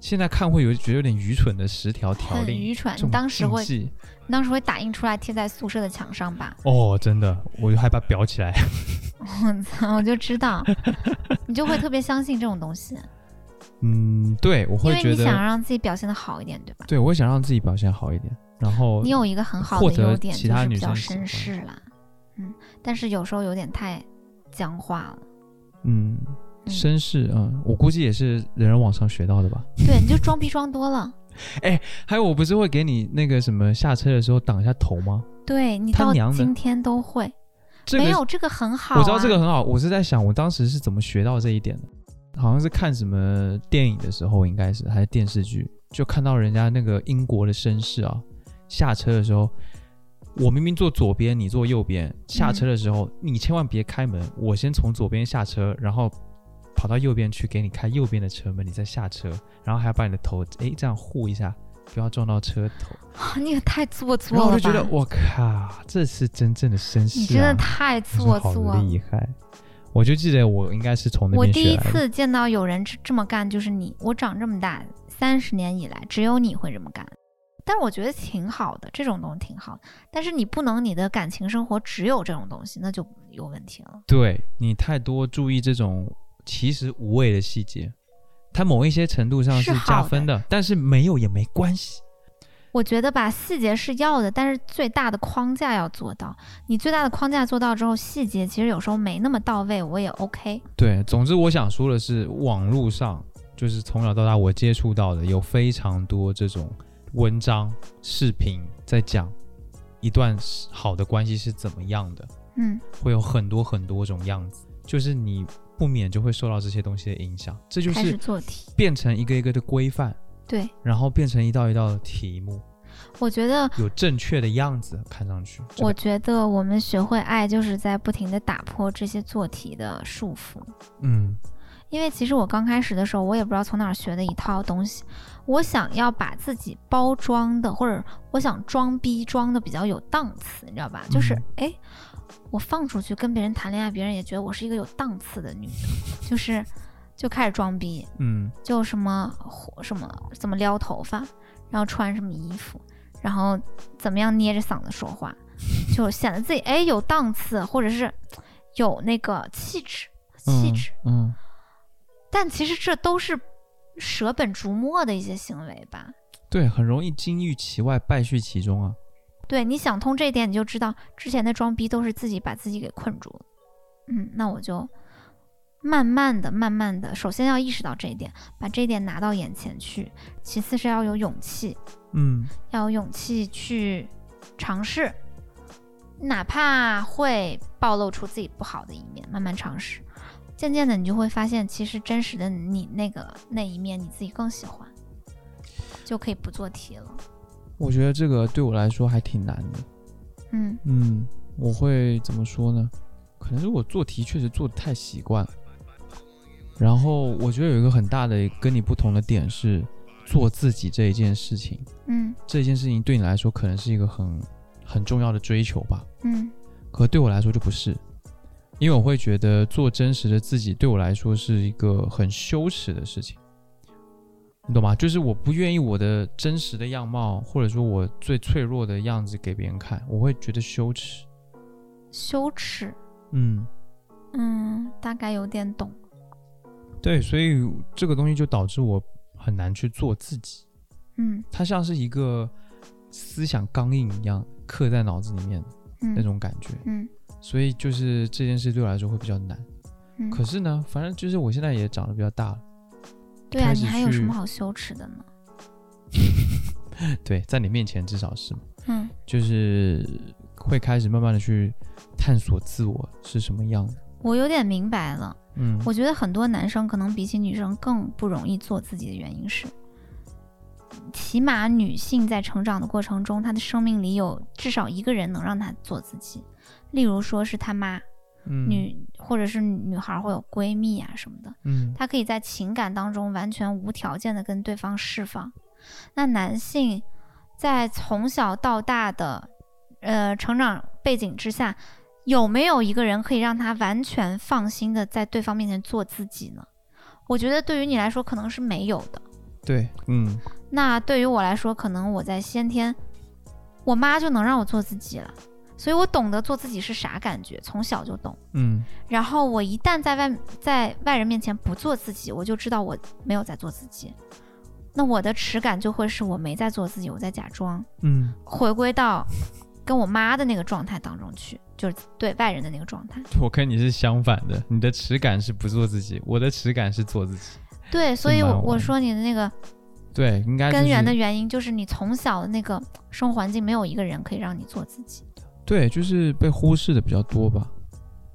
现在看会有觉得有点愚蠢的十条条很令，愚蠢这种当时禁会忌当时会打印出来贴在宿舍的墙上吧。哦，真的，我就害怕裱起来。我操， 我就知道，你就会特别相信这种东西，嗯，对，我因会为觉你得想让自己表现的好一点，对吧？对，我想让自己表现好一点，然后你有一个很好获的得优点，其就他是女比较生喜绅欢士啦，嗯，但是有时候有点太僵化了。嗯，嗯绅士，嗯，我估计也是人人网上学到的吧。对，你就装逼装多了。还有，我不是会给你那个什么下车的时候挡一下头吗？对你他到娘的今天都会，这个没有这个很好、啊。我知道这个很好，我是在想我当时是怎么学到这一点的，好像是看什么电影的时候，应该是还是电视剧，就看到人家那个英国的绅士啊，下车的时候，我明明坐左边，你坐右边，下车的时候、你千万别开门，我先从左边下车，然后跑到右边去给你开右边的车门，你再下车，然后还要把你的头诶这样护一下。不要撞到车头，啊， 你也太做作然了后吧？我就觉得，我靠，这是真正的绅士、啊！你真的太我做说作好了。厉害！我就记得我应该是从那我边第学一来的。次见到有人这这么干，就是你。我长这么大三十年以来，只有你会这么干。但是我觉得挺好的，这种东西挺好的。但是你不能你的感情生活只有这种东西，那就有问题了。对你太多注意这种其实无谓的细节，它某一些程度上是是好加分的，但是没有也没关系。我觉得吧，细节是要的，但是最大的框架要做到。你最大的框架做到之后，细节其实有时候没那么到位，我也 OK。对，总之我想说的是，网络上就是从小到大我接触到的有非常多这种文章、视频在讲一段好的关系是怎么样的，嗯，会有很多很多种样子，就是你不免就会受到这些东西的影响，这就开是始做题。变成一个一个的规范，对，然后变成一道一道的题目， 我觉得有正确的样子，看上去。这个我觉得我们学会爱，就是在不停的打破这些做题的束缚。嗯因为其实我刚开始的时候，我也不知道从哪儿学的一套东西，我想要把自己包装的，或者我想装逼装的比较有档次，你知道吧？就是嗯哎、诶我放出去跟别人谈恋爱，别人也觉得我是一个有档次的女的，就是就开始装逼，嗯，就什么什么怎么撩头发，然后穿什么衣服，然后怎么样捏着嗓子说话，就显得自己哎有档次，或者是有那个气质，气质。嗯，但其实这都是舍本逐末的一些行为吧。对，很容易金玉其外，败絮其中啊。对，你想通这一点，你就知道之前的装逼都是自己把自己给困住了。嗯，那我就慢慢的、慢慢的，首先要意识到这一点，把这一点拿到眼前去；其次是要有勇气，嗯，要有勇气去尝试，哪怕会暴露出自己不好的一面，慢慢尝试。渐渐的，你就会发现，其实真实的你那个那一面你自己更喜欢，就可以不做题了。我觉得这个对我来说还挺难的。嗯嗯，我会怎么说呢？可能是我做题确实做的太习惯了。然后我觉得有一个很大的跟你不同的点是，做自己这一件事情，嗯这件事情对你来说可能是一个很很重要的追求吧，嗯可对我来说就不是，因为我会觉得做真实的自己对我来说是一个很羞耻的事情，你懂吗？就是我不愿意我的真实的样貌，或者说我最脆弱的样子给别人看，我会觉得羞耻。羞耻，嗯，嗯，大概有点懂。对，所以这个东西就导致我很难去做自己，嗯它像是一个思想钢印一样刻在脑子里面的嗯，那种感觉，嗯所以就是这件事对我来说会比较难。嗯，可是呢，反正就是我现在也长得比较大了，对啊，开始你还有去什么好羞耻的呢？对，在你面前至少是嘛，嗯就是会开始慢慢的去探索自我是什么样的。我有点明白了，嗯，我觉得很多男生可能比起女生更不容易做自己的原因是，起码女性在成长的过程中，她的生命里有至少一个人能让她做自己，例如说是她妈，嗯，女或者是女孩会有闺蜜啊什么的，嗯她可以在情感当中完全无条件的跟对方释放。那男性在从小到大的呃成长背景之下，有没有一个人可以让他完全放心的在对方面前做自己呢？我觉得对于你来说可能是没有的。对，嗯那对于我来说，可能我在先天，我妈就能让我做自己了，所以我懂得做自己是啥感觉，从小就懂。嗯然后我一旦在外在外人面前不做自己，我就知道我没有在做自己。那我的耻感就会是我没在做自己，我在假装，嗯，回归到跟我妈的那个状态当中去，就是对外人的那个状态。我跟你是相反的，你的耻感是不做自己，我的耻感是做自己。对，所以蛮我好玩我说你的那个对，应该、就是、根源的原因就是你从小的那个生活环境没有一个人可以让你做自己。对，就是被忽视的比较多吧，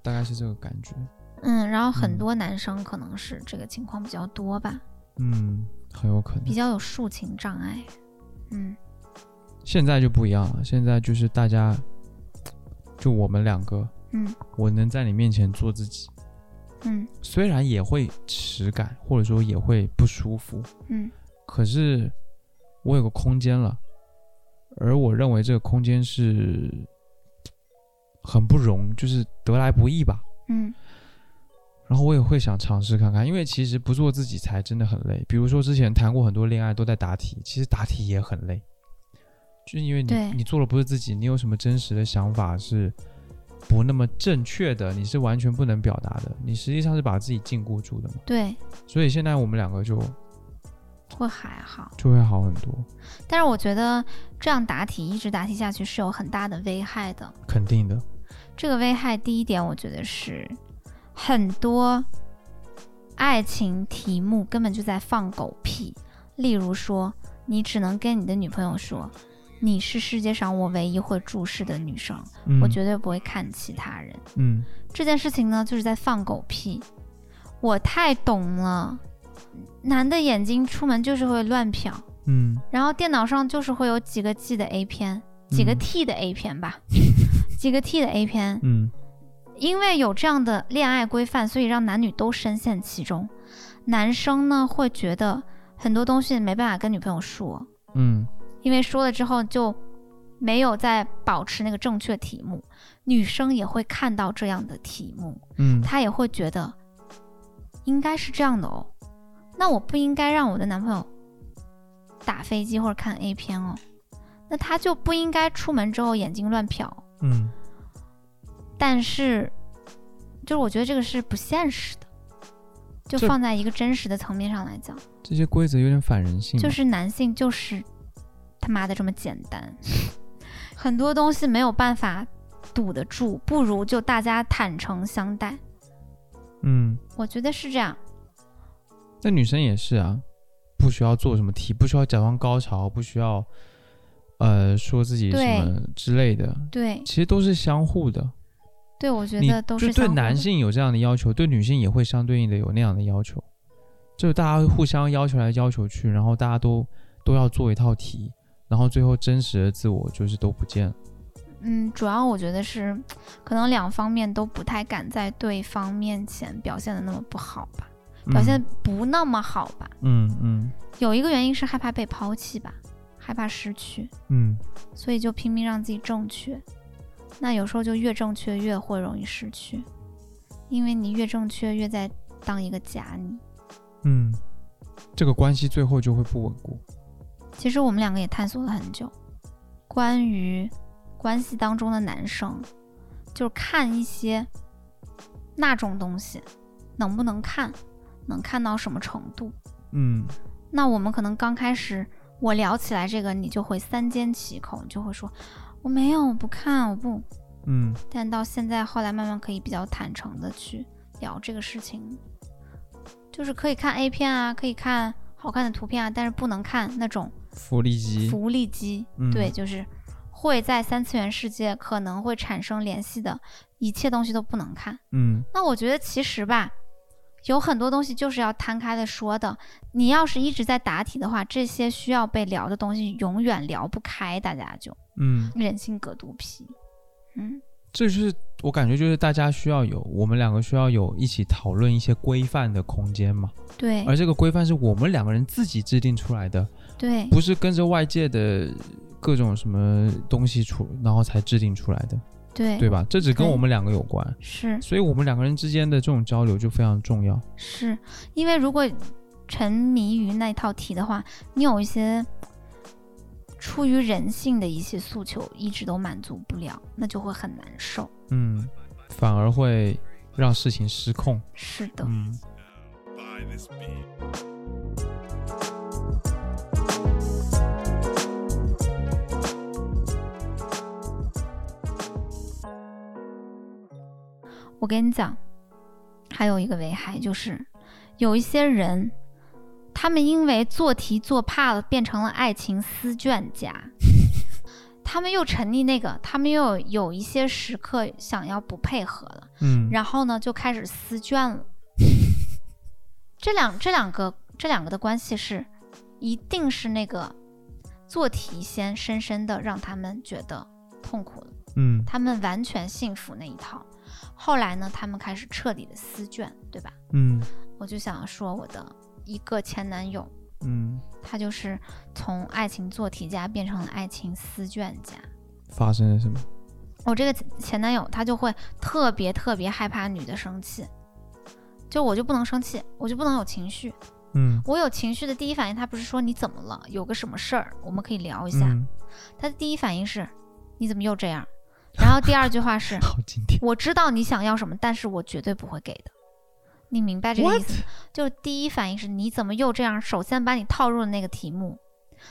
大概是这个感觉。嗯，然后很嗯多男生可能是这个情况比较多吧，嗯，很有可能比。较有抒情障碍。嗯现在就不一样了，现在就是大家，就我们两个，嗯我能在你面前做自己，嗯虽然也会耻感，或者说也会不舒服，嗯可是我有个空间了，而我认为这个空间是很不容，就是得来不易吧。嗯然后我也会想尝试看看，因为其实不做自己才真的很累。比如说之前谈过很多恋爱都在答题，其实答题也很累，就是因为你对你做的不是自己，你有什么真实的想法是不那么正确的，你是完全不能表达的，你实际上是把自己禁锢住的嘛。对，所以现在我们两个就会还好。就会好很多，但是我觉得这样答题一直答题下去是有很大的危害的。肯定的。这个危害第一点，我觉得是很多爱情题目根本就在放狗屁。例如说，你只能跟你的女朋友说，你是世界上我唯一会注视的女生，嗯，我得，绝对不会看其他人。嗯这件事情呢，就是在放狗屁。我太懂了，男的眼睛出门就是会乱瞟。嗯然后电脑上就是会有几个 G 的 A 片，几个嗯 T 的 A 片吧， 几个 T 的 A 片，嗯因为有这样的恋爱规范，所以让男女都深陷其中。男生呢会觉得很多东西没办法跟女朋友说，嗯因为说了之后就没有再保持那个正确题目。女生也会看到这样的题目，嗯，她也会觉得应该是这样的哦，那我不应该让我的男朋友打飞机或者看 A 片哦，那他就不应该出门之后眼睛乱瞟。嗯，但是，就是我觉得这个是不现实的，就这放在一个真实的层面上来讲，这些规则有点反人性嘛，就是男性就是他妈的这么简单， 很多东西没有办法堵得住，不如就大家坦诚相待。嗯，我觉得是这样，那女生也是啊，不需要做什么题，不需要假装高潮，不需要呃说自己对什么之类的，对其实都是相互的。对，我觉你得都就是对相互男的性有这样的要求，对女性也会相对应的有那样的要求，就是大家会互相要求来要求去，然后大家都都要做一套题，然后最后真实的自我就是都不见了。嗯，主要我觉得是，可能两方面都不太敢在对方面前表现的那么不好吧，表现得不那么好吧。嗯嗯有一个原因是害怕被抛弃吧，害怕失去，嗯所以就拼命让自己正确。那有时候就越正确越会容易失去，因为你越正确越在当一个假你。嗯，这个关系最后就会不稳固。其实我们两个也探索了很久，关于关系当中的男生，就是看一些那种东西，能不能看，能看到什么程度。嗯那我们可能刚开始我聊起来这个，你就会三缄其口，你就会说我没有，我不看，我不。嗯但到现在后来慢慢可以比较坦诚的去聊这个事情，就是可以看 A 片啊，可以看好看的图片啊，但是不能看那种福利机。福利机，嗯对，就是会在三次元世界可能会产生联系的一切东西都不能看。嗯那我觉得其实吧，有很多东西就是要摊开的说的。你要是一直在答题的话，这些需要被聊的东西永远聊不开，大家就嗯，人性隔肚皮。嗯，这就是我感觉就是大家需要有，我们两个需要有一起讨论一些规范的空间嘛。对而这个规范是我们两个人自己制定出来的，对不是跟着外界的各种什么东西出，然后才制定出来的，对对吧？这只跟对我们两个有关，是所以我们两个人之间的这种交流就非常重要。是，因为如果沉迷于那套题的话，你有一些出于人性的一些诉求一直都满足不了，那就会很难受。嗯，反而会让事情失控。是的，嗯。 By this beat. 我跟你讲，还有一个危害就是，有一些人，他们因为做题做怕了，变成了爱情思卷家。 他们又沉溺那个，他们又有有一些时刻想要不配合了，嗯然后呢就开始思卷了。这两这两个这两个的关系是，一定是那个做题先深深的让他们觉得痛苦了。嗯他们完全信服那一套。后来呢，他们开始彻底的撕卷，对吧？嗯我就想说，我的一个前男友，嗯，他就是从爱情做题家变成了爱情撕卷家。发生了什么？我这个前前男友，他就会特别特别害怕女的生气，就我就不能生气，我就不能有情绪。嗯，我有情绪的第一反应，他不是说你怎么了，有个什么事儿，我们可以聊一下。嗯，他的第一反应是，你怎么又这样？然后第二句 话是，好经典。我知道你想要什么，但是我绝对不会给的。你明白这个意思吗？就是第一反应是你怎么又这样？首先把你套入了那个题目，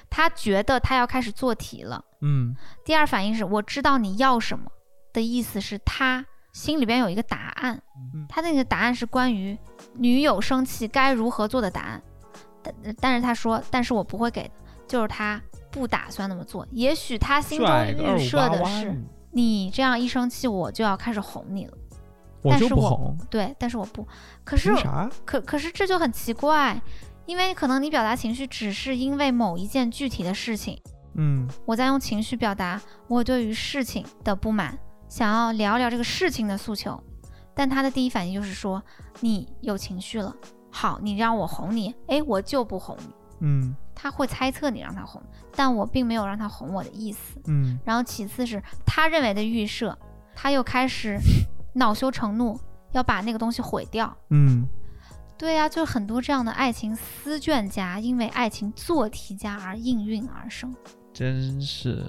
他觉得他要开始做题了。嗯第二反应是我知道你要什么的意思是他心里边有一个答案，嗯他那个答案是关于女友生气该如何做的答案，但但是他说，但是我不会给的，就是他不打算那么做。也许他心中拽个预设的2588是，你这样一生气，我就要开始哄你了。我但就是不我哄，对，但是我不，可是啥？可可是这就很奇怪，因为可能你表达情绪只是因为某一件具体的事情，嗯我在用情绪表达我对于事情的不满，想要聊聊这个事情的诉求，但他的第一反应就是说你有情绪了，好，你让我哄你，诶，我就不哄你，嗯他会猜测你让他哄，但我并没有让他哄我的意思。嗯然后其次是他认为的预设，他又开始恼羞成怒，要把那个东西毁掉。嗯，对呀、就是很多这样的爱情思卷家，因为爱情做题家而应运而生。真是，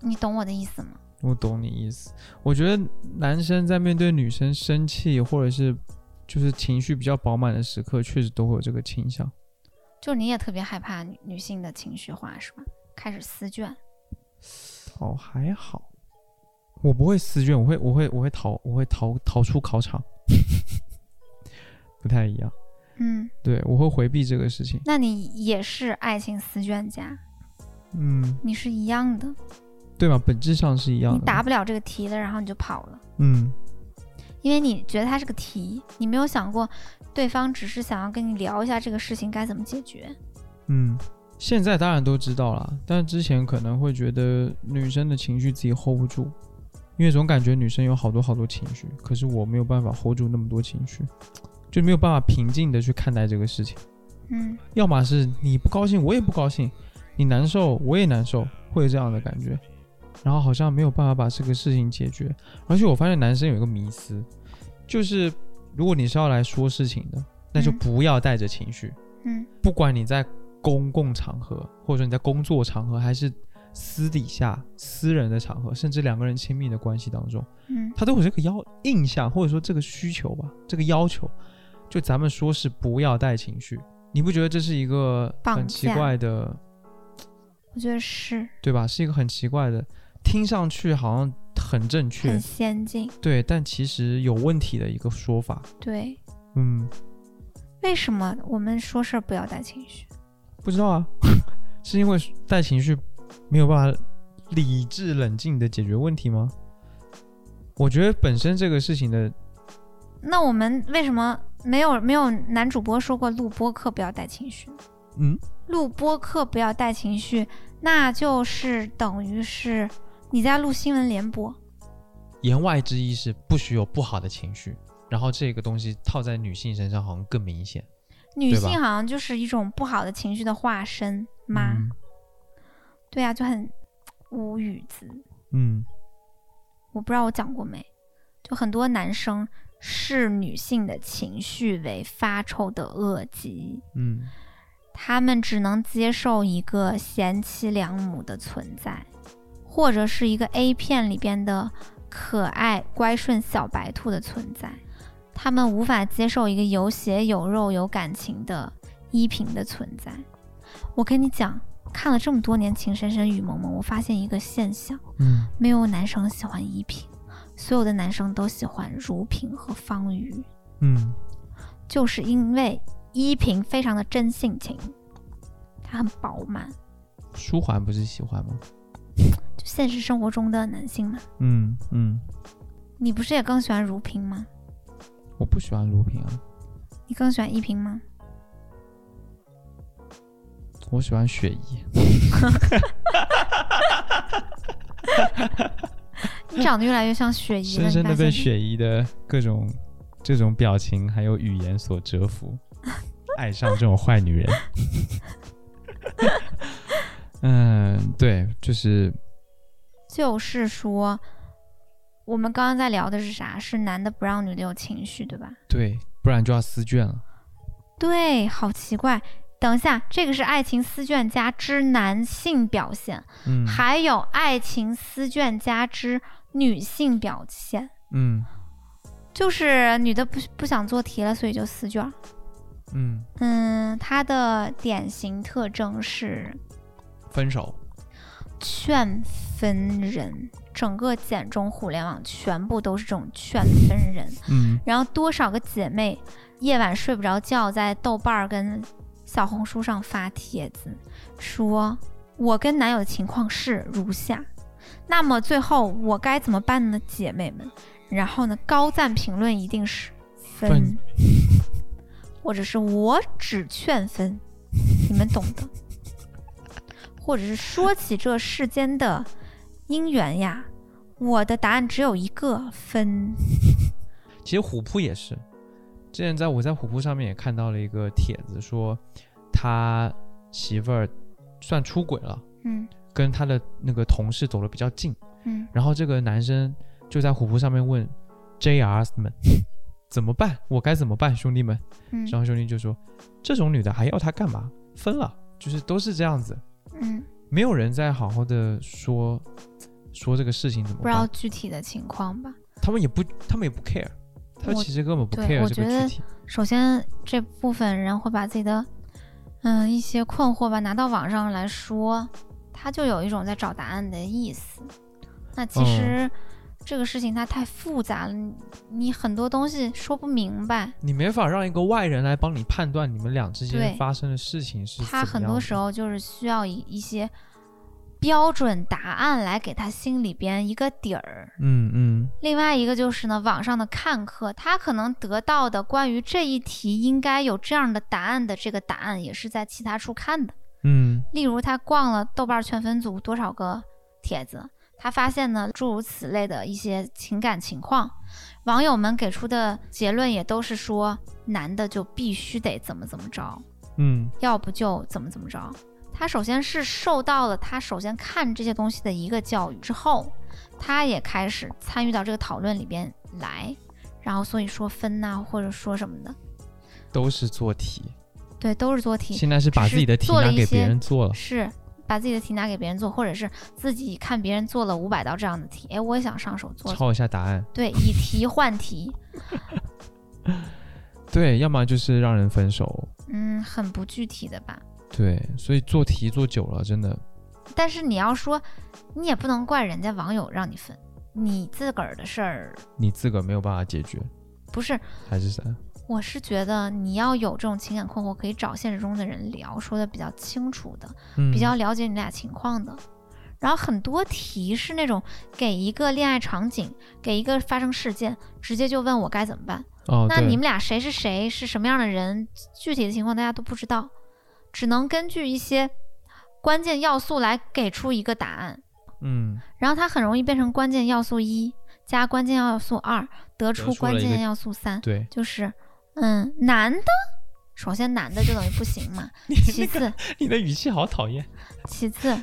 你懂我的意思吗？我懂你意思。我觉得男生在面对女生生气或者是就是情绪比较饱满的时刻，确实都会有这个倾向。就是你也特别害怕女女性的情绪化，是吧？开始思卷，哦，还好，我不会思卷，我会我会我会逃，我会逃逃出考场， 不太一样。嗯，对，我会回避这个事情。那你也是爱情思卷家，嗯，你是一样的，对嘛，本质上是一样你的。答不了这个题了，然后你就跑了，嗯因为你觉得它是个题，你没有想过对方只是想要跟你聊一下这个事情该怎么解决。嗯，现在当然都知道啦，但之前可能会觉得女生的情绪自己 hold 不住，因为总感觉女生有好多好多情绪，可是我没有办法 hold 住那么多情绪，就没有办法平静的去看待这个事情。嗯要么是你不高兴，我也不高兴；你难受，我也难受，会有这样的感觉。然后好像没有办法把这个事情解决，而且我发现男生有一个迷思，就是如果你是要来说事情的，那就嗯不要带着情绪，嗯不管你在公共场合，或者说你在工作场合，还是私底下私人的场合，甚至两个人亲密的关系当中，嗯他都有这个要印象，或者说这个需求吧，这个要求，就咱们说是不要带情绪，你不觉得这是一个绑很架奇怪的，我觉得是对吧？是一个很奇怪的，听上去好像很正确很，先进。对，但其实有问题的一个说法。对，嗯，为什么我们说事儿不要带情绪？不知道啊， 是因为带情绪没有办法理智冷静的解决问题吗？我觉得本身这个事情的，那我们为什么没有没有男主播说过录播课不要带情绪呢？嗯，录播课不要带情绪，那就是等于是你在录新闻联播。言外之意是不许有不好的情绪，然后这个东西套在女性身上好像更明显。女对吧性好像就是一种不好的情绪的化身吗？嗯对啊，就很无语子。嗯，我不知道我讲过没，就很多男生视女性的情绪为发臭的恶疾，嗯，他们只能接受一个贤妻良母的存在，或者是一个 A 片里边的可爱乖顺小白兔的存在，他们无法接受一个有血有肉有感情的依萍的存在。我跟你讲，看了这么多年《情深深雨蒙蒙》，我发现一个现象。嗯，没有男生喜欢依萍，所有的男生都喜欢如萍和方瑜，嗯，就是因为依萍非常的真性情，她很饱满，舒缓不是喜欢吗？就现实生活中的男性嘛。嗯嗯，你不是也更喜欢如萍吗？我不喜欢卢平啊，你更喜欢依萍吗？我喜欢雪姨。你长得越来越像雪姨嗯了，深深的你发现被雪姨的各种这种表情还有语言所折服，爱上这种坏女人。 嗯，对，就是就是说，我们刚刚在聊的是啥？是男的不让女的有情绪，对吧？对，不然就要撕卷了。对，好奇怪。等一下，这个是爱情思卷家之男性表现。嗯还有爱情丝卷加之女性表现，嗯就是女的不不想做题了，所以就撕卷儿。嗯，嗯，它的典型特征是分手。劝分人，整个简中互联网全部都是这种劝分人。嗯然后多少个姐妹夜晚睡不着觉，在豆瓣儿跟小红书上发帖子，说我跟男友的情况是如下，那么最后我该怎么办呢，姐妹们？然后呢，高赞评论一定是分分， 或者是我只劝分，你们懂的。 或者是说起这世间的姻缘呀，我的答案只有一个分。其实虎扑也是，之前在我在虎扑上面也看到了一个帖子，说他媳妇儿算出轨了，嗯跟他的那个同事走得比较近，嗯。然后这个男生就在虎扑上面问 JR 们怎么办，我该怎么办，兄弟们？嗯然后兄弟就说，这种女的还要她干嘛？分了，就是都是这样子，嗯，没有人在好好的说说这个事情怎么不知道办，具体的情况吧。他们也不他们也不 care，他们我其实根本不对 care 我这觉个得具体，首先，这部分人会把自己的嗯一些困惑吧拿到网上来说，他就有一种在找答案的意思。那哦其实、这个事情它太复杂了，你你很多东西说不明白。你没法让一个外人来帮你判断你们俩之间对发生的事情是怎么他样很多的时候就是需要一一些标准答案来给他心里边一个底儿。嗯嗯另外一个就是呢，网上的看客，他可能得到的关于这一题应该有这样的答案的这个答案，也是在其他处看的。嗯例如，他逛了豆瓣圈分组多少个帖子，他发现呢诸如此类的一些情感情况，网友们给出的结论也都是说，男的就必须得怎么怎么着，嗯要不就怎么怎么着。他首先是受到了他首先看这些东西的一个教育之后，他也开始参与到这个讨论里边来，然后所以说分呐、或者说什么的，都是做题，对，都是做题。现在是把只是自己的题做了拿一给别些人做了，是把自己的题拿给别人做，或者是自己看别人做了五百道这样的题，哎，我也想上手做，抄一下答案。对，以题换题，对，要么就是让人分手。嗯，很不具体的吧。对，所以做题做久了，真的但是你要说，你也不能怪人家网友让你分，你自个儿的事儿你自个儿没有办法解决，不是。还是啥？我是觉得你要有这种情感困惑，可以找现实中的人聊，说的比较清楚的，嗯比较了解你俩情况的。然后很多题是那种给一个恋爱场景，给一个发生事件，直接就问我该怎么办。哦，那对你们俩谁是谁，是什么样的人，具体的情况大家都不知道，只能根据一些关键要素来给出一个答案。嗯，然后它很容易变成关键要素一加关键要素二，得得出出关了一键个要素三，对，就是嗯，男的，首先男的就等于不行嘛，其次你的语气好讨厌。其次。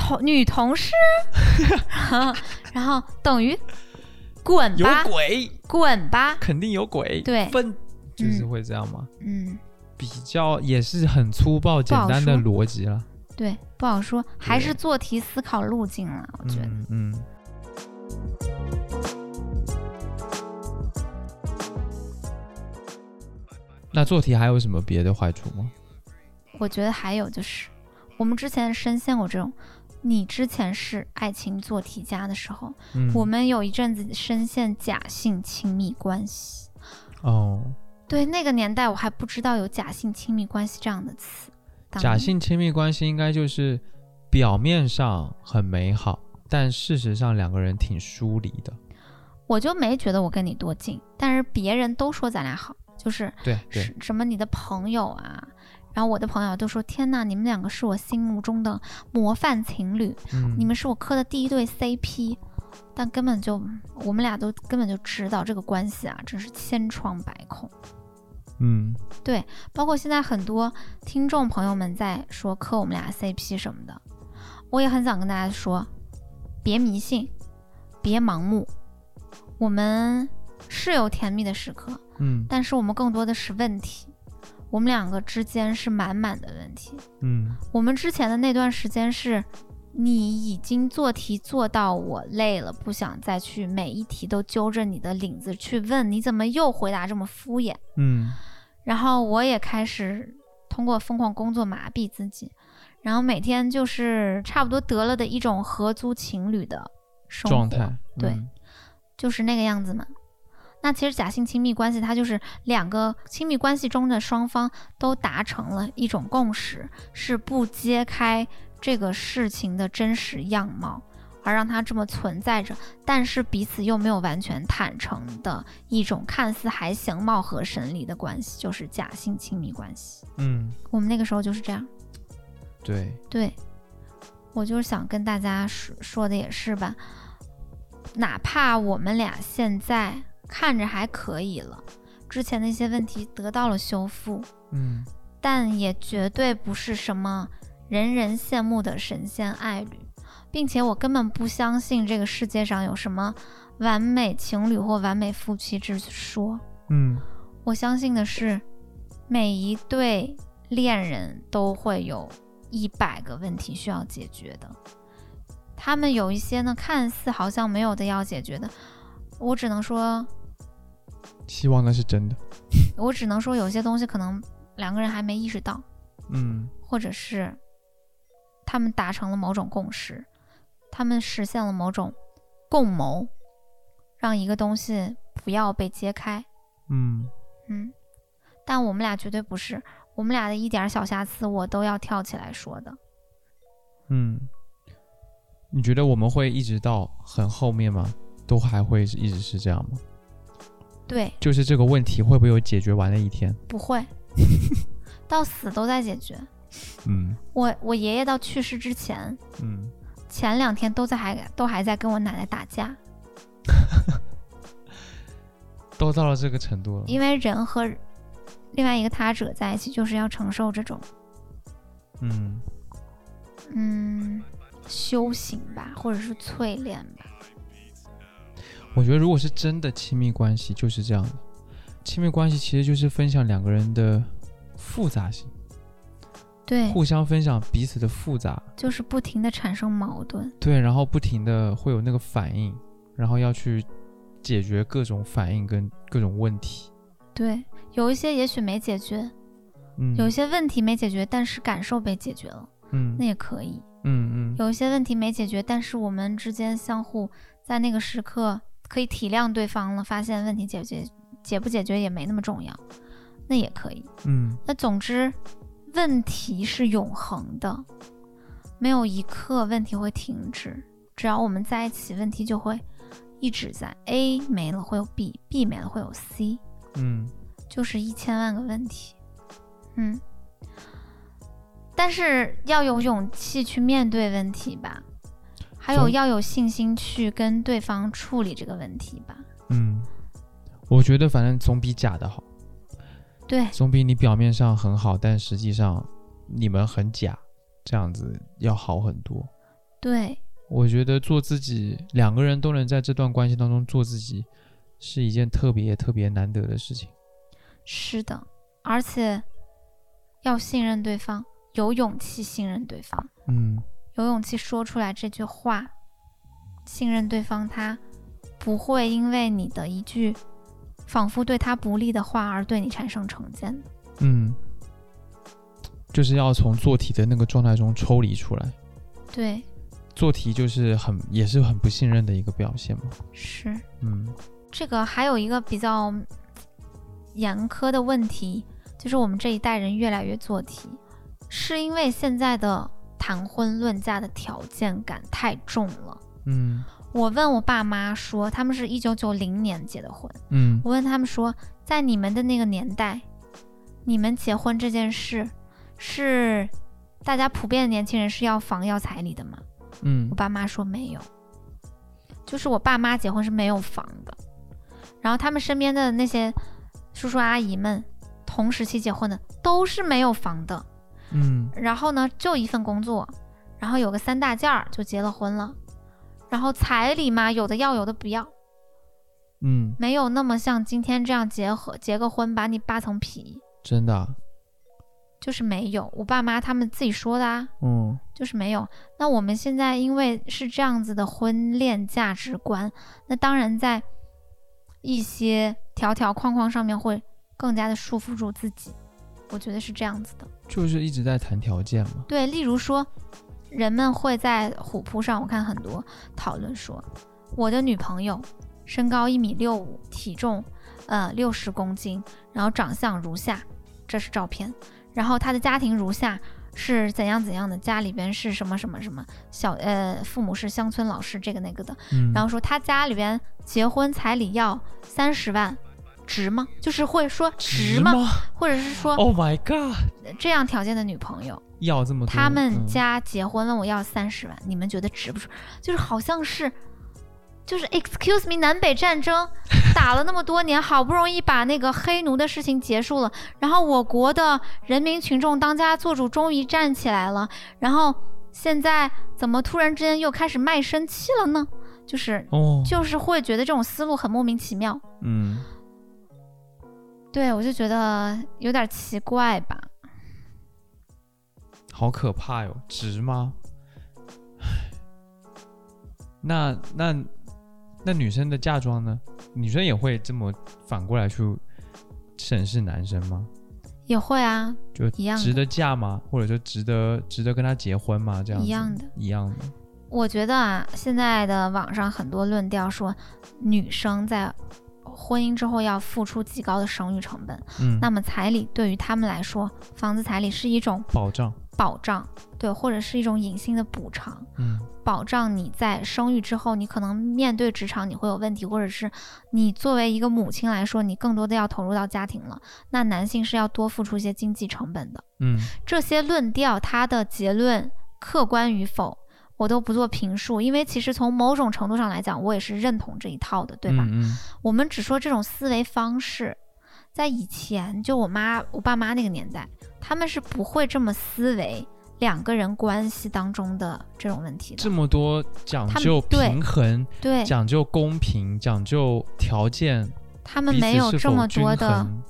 同女同事，然后等于滚有吧，鬼，滚吧，肯定有鬼。对分就是嗯会这样嘛，嗯，比较也是很粗暴简单的不好逻辑了。对，不好说，还是对做题思考路径了。我觉得，嗯嗯。那做题还有什么别的坏处吗？我觉得还有就是，我们之前深陷过这种，你之前是爱情做题家的时候，嗯，我们有一阵子深陷假性亲密关系。哦，对，那个年代我还不知道有假性亲密关系这样的词。当假性亲密关系应该就是表面上很美好，但事实上两个人挺疏离的。我就没觉得我跟你多近，但是别人都说咱俩好，就是对对是，什么你的朋友啊，然后我的朋友都说天呐，你们两个是我心目中的模范情侣，嗯，你们是我磕的第一对 CP，但根本就我们俩都根本就知道这个关系啊，真是千疮百孔。嗯包括现在很多听众朋友们在说磕我们俩 CP 什么的，我也很想跟大家说，别迷信，别盲目，我们是有甜蜜的时刻，嗯但是我们更多的是问题，我们两个之间是满满的问题。嗯我们之前的那段时间是，你已经做题做到我累了，不想再去每一题都揪着你的领子去问，你怎么又回答这么敷衍？嗯然后我也开始通过疯狂工作麻痹自己，然后每天就是差不多得了的一种合租情侣的生活状态，对嗯就是那个样子嘛。那其实假性亲密关系，它就是两个亲密关系中的双方都达成了一种共识，是不揭开这个事情的真实样貌，而让它这么存在着，但是彼此又没有完全坦诚的一种看似还行、貌合神离的关系，就是假性亲密关系。嗯我们那个时候就是这样。对，对，我就是想跟大家说说的也是吧，哪怕我们俩现在看着还可以了，之前的一些问题得到了修复，嗯但也绝对不是什么人人羡慕的神仙爱侣，并且我根本不相信这个世界上有什么完美情侣或完美夫妻之说。嗯我相信的是，每一对恋人都会有一百个问题需要解决的。他们有一些呢，看似好像没有的要解决的，我只能说，希望那是真的。我只能说，有些东西可能两个人还没意识到，嗯或者是他们达成了某种共识，他们实现了某种共谋，让一个东西不要被揭开。嗯嗯，但我们俩绝对不是，我们俩的一点儿小瑕疵我都要跳起来说的。嗯，你觉得我们会一直到很后面吗？都还会是一直是这样吗？对， 就是这个问题会不会有解决完的一天？不会，到死都在解决。嗯我我爷爷到去世之前，嗯，前两天都在还都还在跟我奶奶打架，嗯都到了这个程度了，因为人和另外一个他者在一起，就是要承受这种嗯嗯修行吧，或者是淬炼吧。我觉得如果是真的亲密关系，就是这样的。亲密关系其实就是分享两个人的复杂性，对，互相分享彼此的复杂，就是不停的产生矛盾。对，然后不停的会有那个反应，然后要去解决各种反应跟各种问题。对，有一些也许没解决，嗯，有一些问题没解决，但是感受被解决了，嗯那也可以。嗯嗯有一些问题没解决，但是我们之间相互在那个时刻可以体谅对方了，发现问题解决解不解决也没那么重要，那也可以。嗯那总之，问题是永恒的，没有一刻问题会停止。只要我们在一起，问题就会一直在。A 没了会有 B，B 没了会有 C，嗯就是一千万个问题。嗯，但是要有勇气去面对问题吧，还有总要有信心去跟对方处理这个问题吧。嗯，我觉得反正总比假的好，对，总比你表面上很好，但实际上你们很假，这样子要好很多。对，我觉得做自己，两个人都能在这段关系当中做自己，是一件特别特别难得的事情。是的，而且要信任对方，有勇气信任对方，嗯有勇气说出来这句话，信任对方，他不会因为你的一句仿佛对他不利的话而对你产生成见。嗯，就是要从做题的那个状态中抽离出来。对，做题就是很也是很不信任的一个表现嘛。是嗯这个。还有一个比较嗯严苛的问题，就是我们这一代人越来越做题，是因为现在的谈婚论嫁的条件感太重了。嗯我问我爸妈说，他们是一九九零年结的婚。嗯我问他们说，在你们的那个年代，你们结婚这件事是大家普遍的年轻人是要房要彩礼的吗？嗯我爸妈说没有，就是我爸妈结婚是没有房的。然后他们身边的那些叔叔阿姨们，同时期结婚的都是没有房的。嗯然后呢，就一份工作，然后有个三大件儿就结了婚了。然后彩礼嘛，有的要，有的不要，嗯，没有那么像今天这样结合结个婚把你扒层皮，真的啊、就是没有。我爸妈他们自己说的啊，嗯就是没有。那我们现在因为是这样子的婚恋价值观，那当然在一些条条框框上面会更加的束缚住自己，我觉得是这样子的。就是一直在谈条件嘛。对，例如说，人们会在虎扑上，我看很多讨论说，我的女朋友身高一米六五，体重呃六十公斤，然后长相如下，这是照片，然后她的家庭如下。是怎样怎样的？家里边是什么什么什么小呃，父母是乡村老师，这个那个的。嗯，然后说他家里边结婚彩礼要三十万，值吗？就是会说值吗？哦或者是说、 ？Oh my god！这样条件的女朋友，要这么多？他们嗯家结婚问我要三十万，你们觉得值不值？就是好像是，就是 excuse me，南北战争打了那么多年，好不容易把那个黑奴的事情结束了，然后我国的人民群众当家作主终于站起来了，然后现在怎么突然之间又开始卖身契了呢？就是哦，就是会觉得这种思路很莫名其妙，嗯，对我就觉得有点奇怪吧。好可怕哟，值吗？唉那那那女生的嫁妆呢？女生也会这么反过来去审视男生吗？也会啊，就一样的值得嫁吗？或者说值得值得跟他结婚吗？这样子一样的一样 的，我觉得啊，现在的网上很多论调说，女生在婚姻之后要付出极高的生育成本。嗯，那么彩礼对于他们来说，房子彩礼是一种保障，保障，对，或者是一种隐性的补偿，嗯，保障你在生育之后，你可能面对职场你会有问题，或者是你作为一个母亲来说，你更多的要投入到家庭了，那男性是要多付出一些经济成本的。嗯，这些论调它的结论客观与否，我都不做评述，因为其实从某种程度上来讲，我也是认同这一套的，对吧？嗯嗯我们只说这种思维方式，在以前就我妈、我爸妈那个年代，他们是不会这么思维两个人关系当中的这种问题这的。么多讲他们究对平衡、对讲究公平、讲究条件，他们彼此没有是这否么多均的衡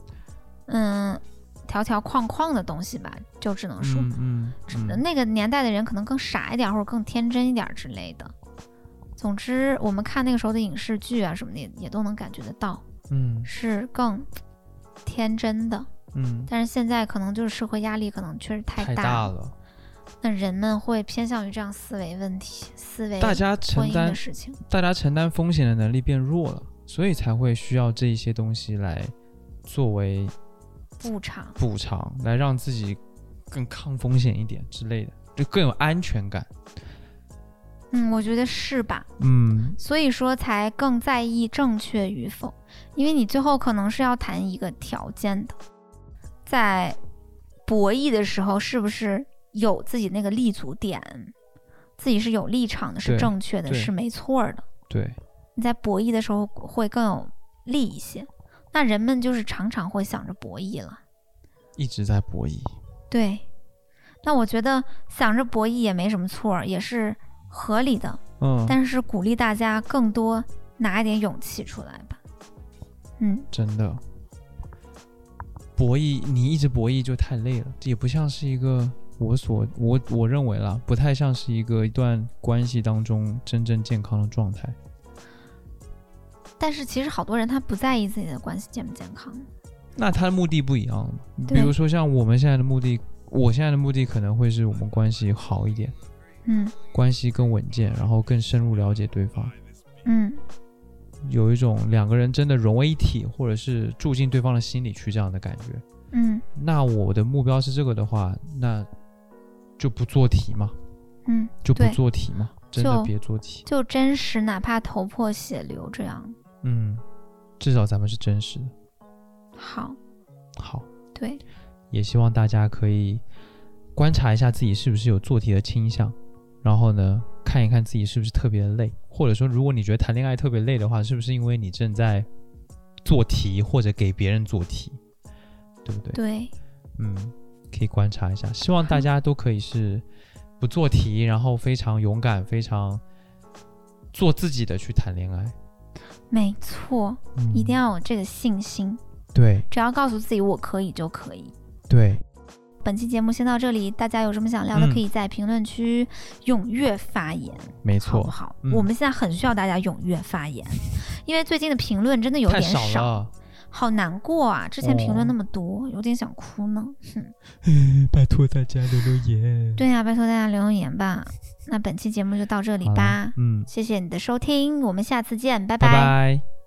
嗯条条框框的东西吧，就只能说、嗯嗯嗯，那个年代的人可能更傻一点，或者更天真一点之类的。总之，我们看那个时候的影视剧啊什么的，也也都能感觉得到，嗯是更天真的。嗯，但是现在可能就是社会压力，可能确实太太大大了了，那人们会偏向于这样思维问题、思维大家婚承姻担的事情。大家承担风险的能力变弱了，所以才会需要这一些东西来作为补偿，补偿，来让自己更抗风险一点之类的，就更有安全感。嗯，我觉得是吧？嗯所以说才更在意正确与否，因为你最后可能是要谈一个条件的，在博弈的时候是不是有自己那个立足点，自己是有立场的，是对正确的，对是没错儿的。对，你在博弈的时候会更有利一些。那人们就是常常会想着博弈了。一直在博弈。对，那我觉得想着博弈也没什么错儿，也是合理的。嗯，但是鼓励大家更多拿一点勇气出来吧。嗯，真的，博弈你一直博弈就太累了，这也不像是一个我所我我认为啦，不太像是一个一段关系当中真正健康的状态。但是其实好多人他不在意自己的关系健不健康。那他的目的不一样了嘛？比对如说像我们现在的目的，我现在的目的可能会是我们关系好一点，嗯关系更稳健，然后更深入了解对方，嗯，有一种两个人真的融为一体，或者是住进对方的心里去这样的感觉。嗯那我的目标是这个的话，那就不做题嘛，嗯，就不对做题嘛，真的就别做题。就真实，哪怕头破血流这样嗯，至少咱们是真实的。好。好，对，也希望大家可以观察一下自己是不是有做题的倾向，然后呢，看一看自己是不是特别累，或者说，如果你觉得谈恋爱特别累的话，是不是因为你正在做题或者给别人做题，对不对？对，嗯，可以观察一下。希望大家都可以是不做题，然后非常勇敢，非常做自己的去谈恋爱。没错，嗯，一定要有这个信心，对只要告诉自己我可以就可以。对，本期节目先到这里，大家有什么想聊的，嗯可以在评论区踊跃发言，没好不错，好？嗯我们现在很需要大家踊跃发言，因为最近的评论真的有太点少了，好难过啊！之前评哦论那么多，有点想哭呢。哼，拜托大家留留言。对啊呀、拜托大家留言吧。那本期节目就到这里好啦吧，嗯，谢谢你的收听，我们下次见，拜拜拜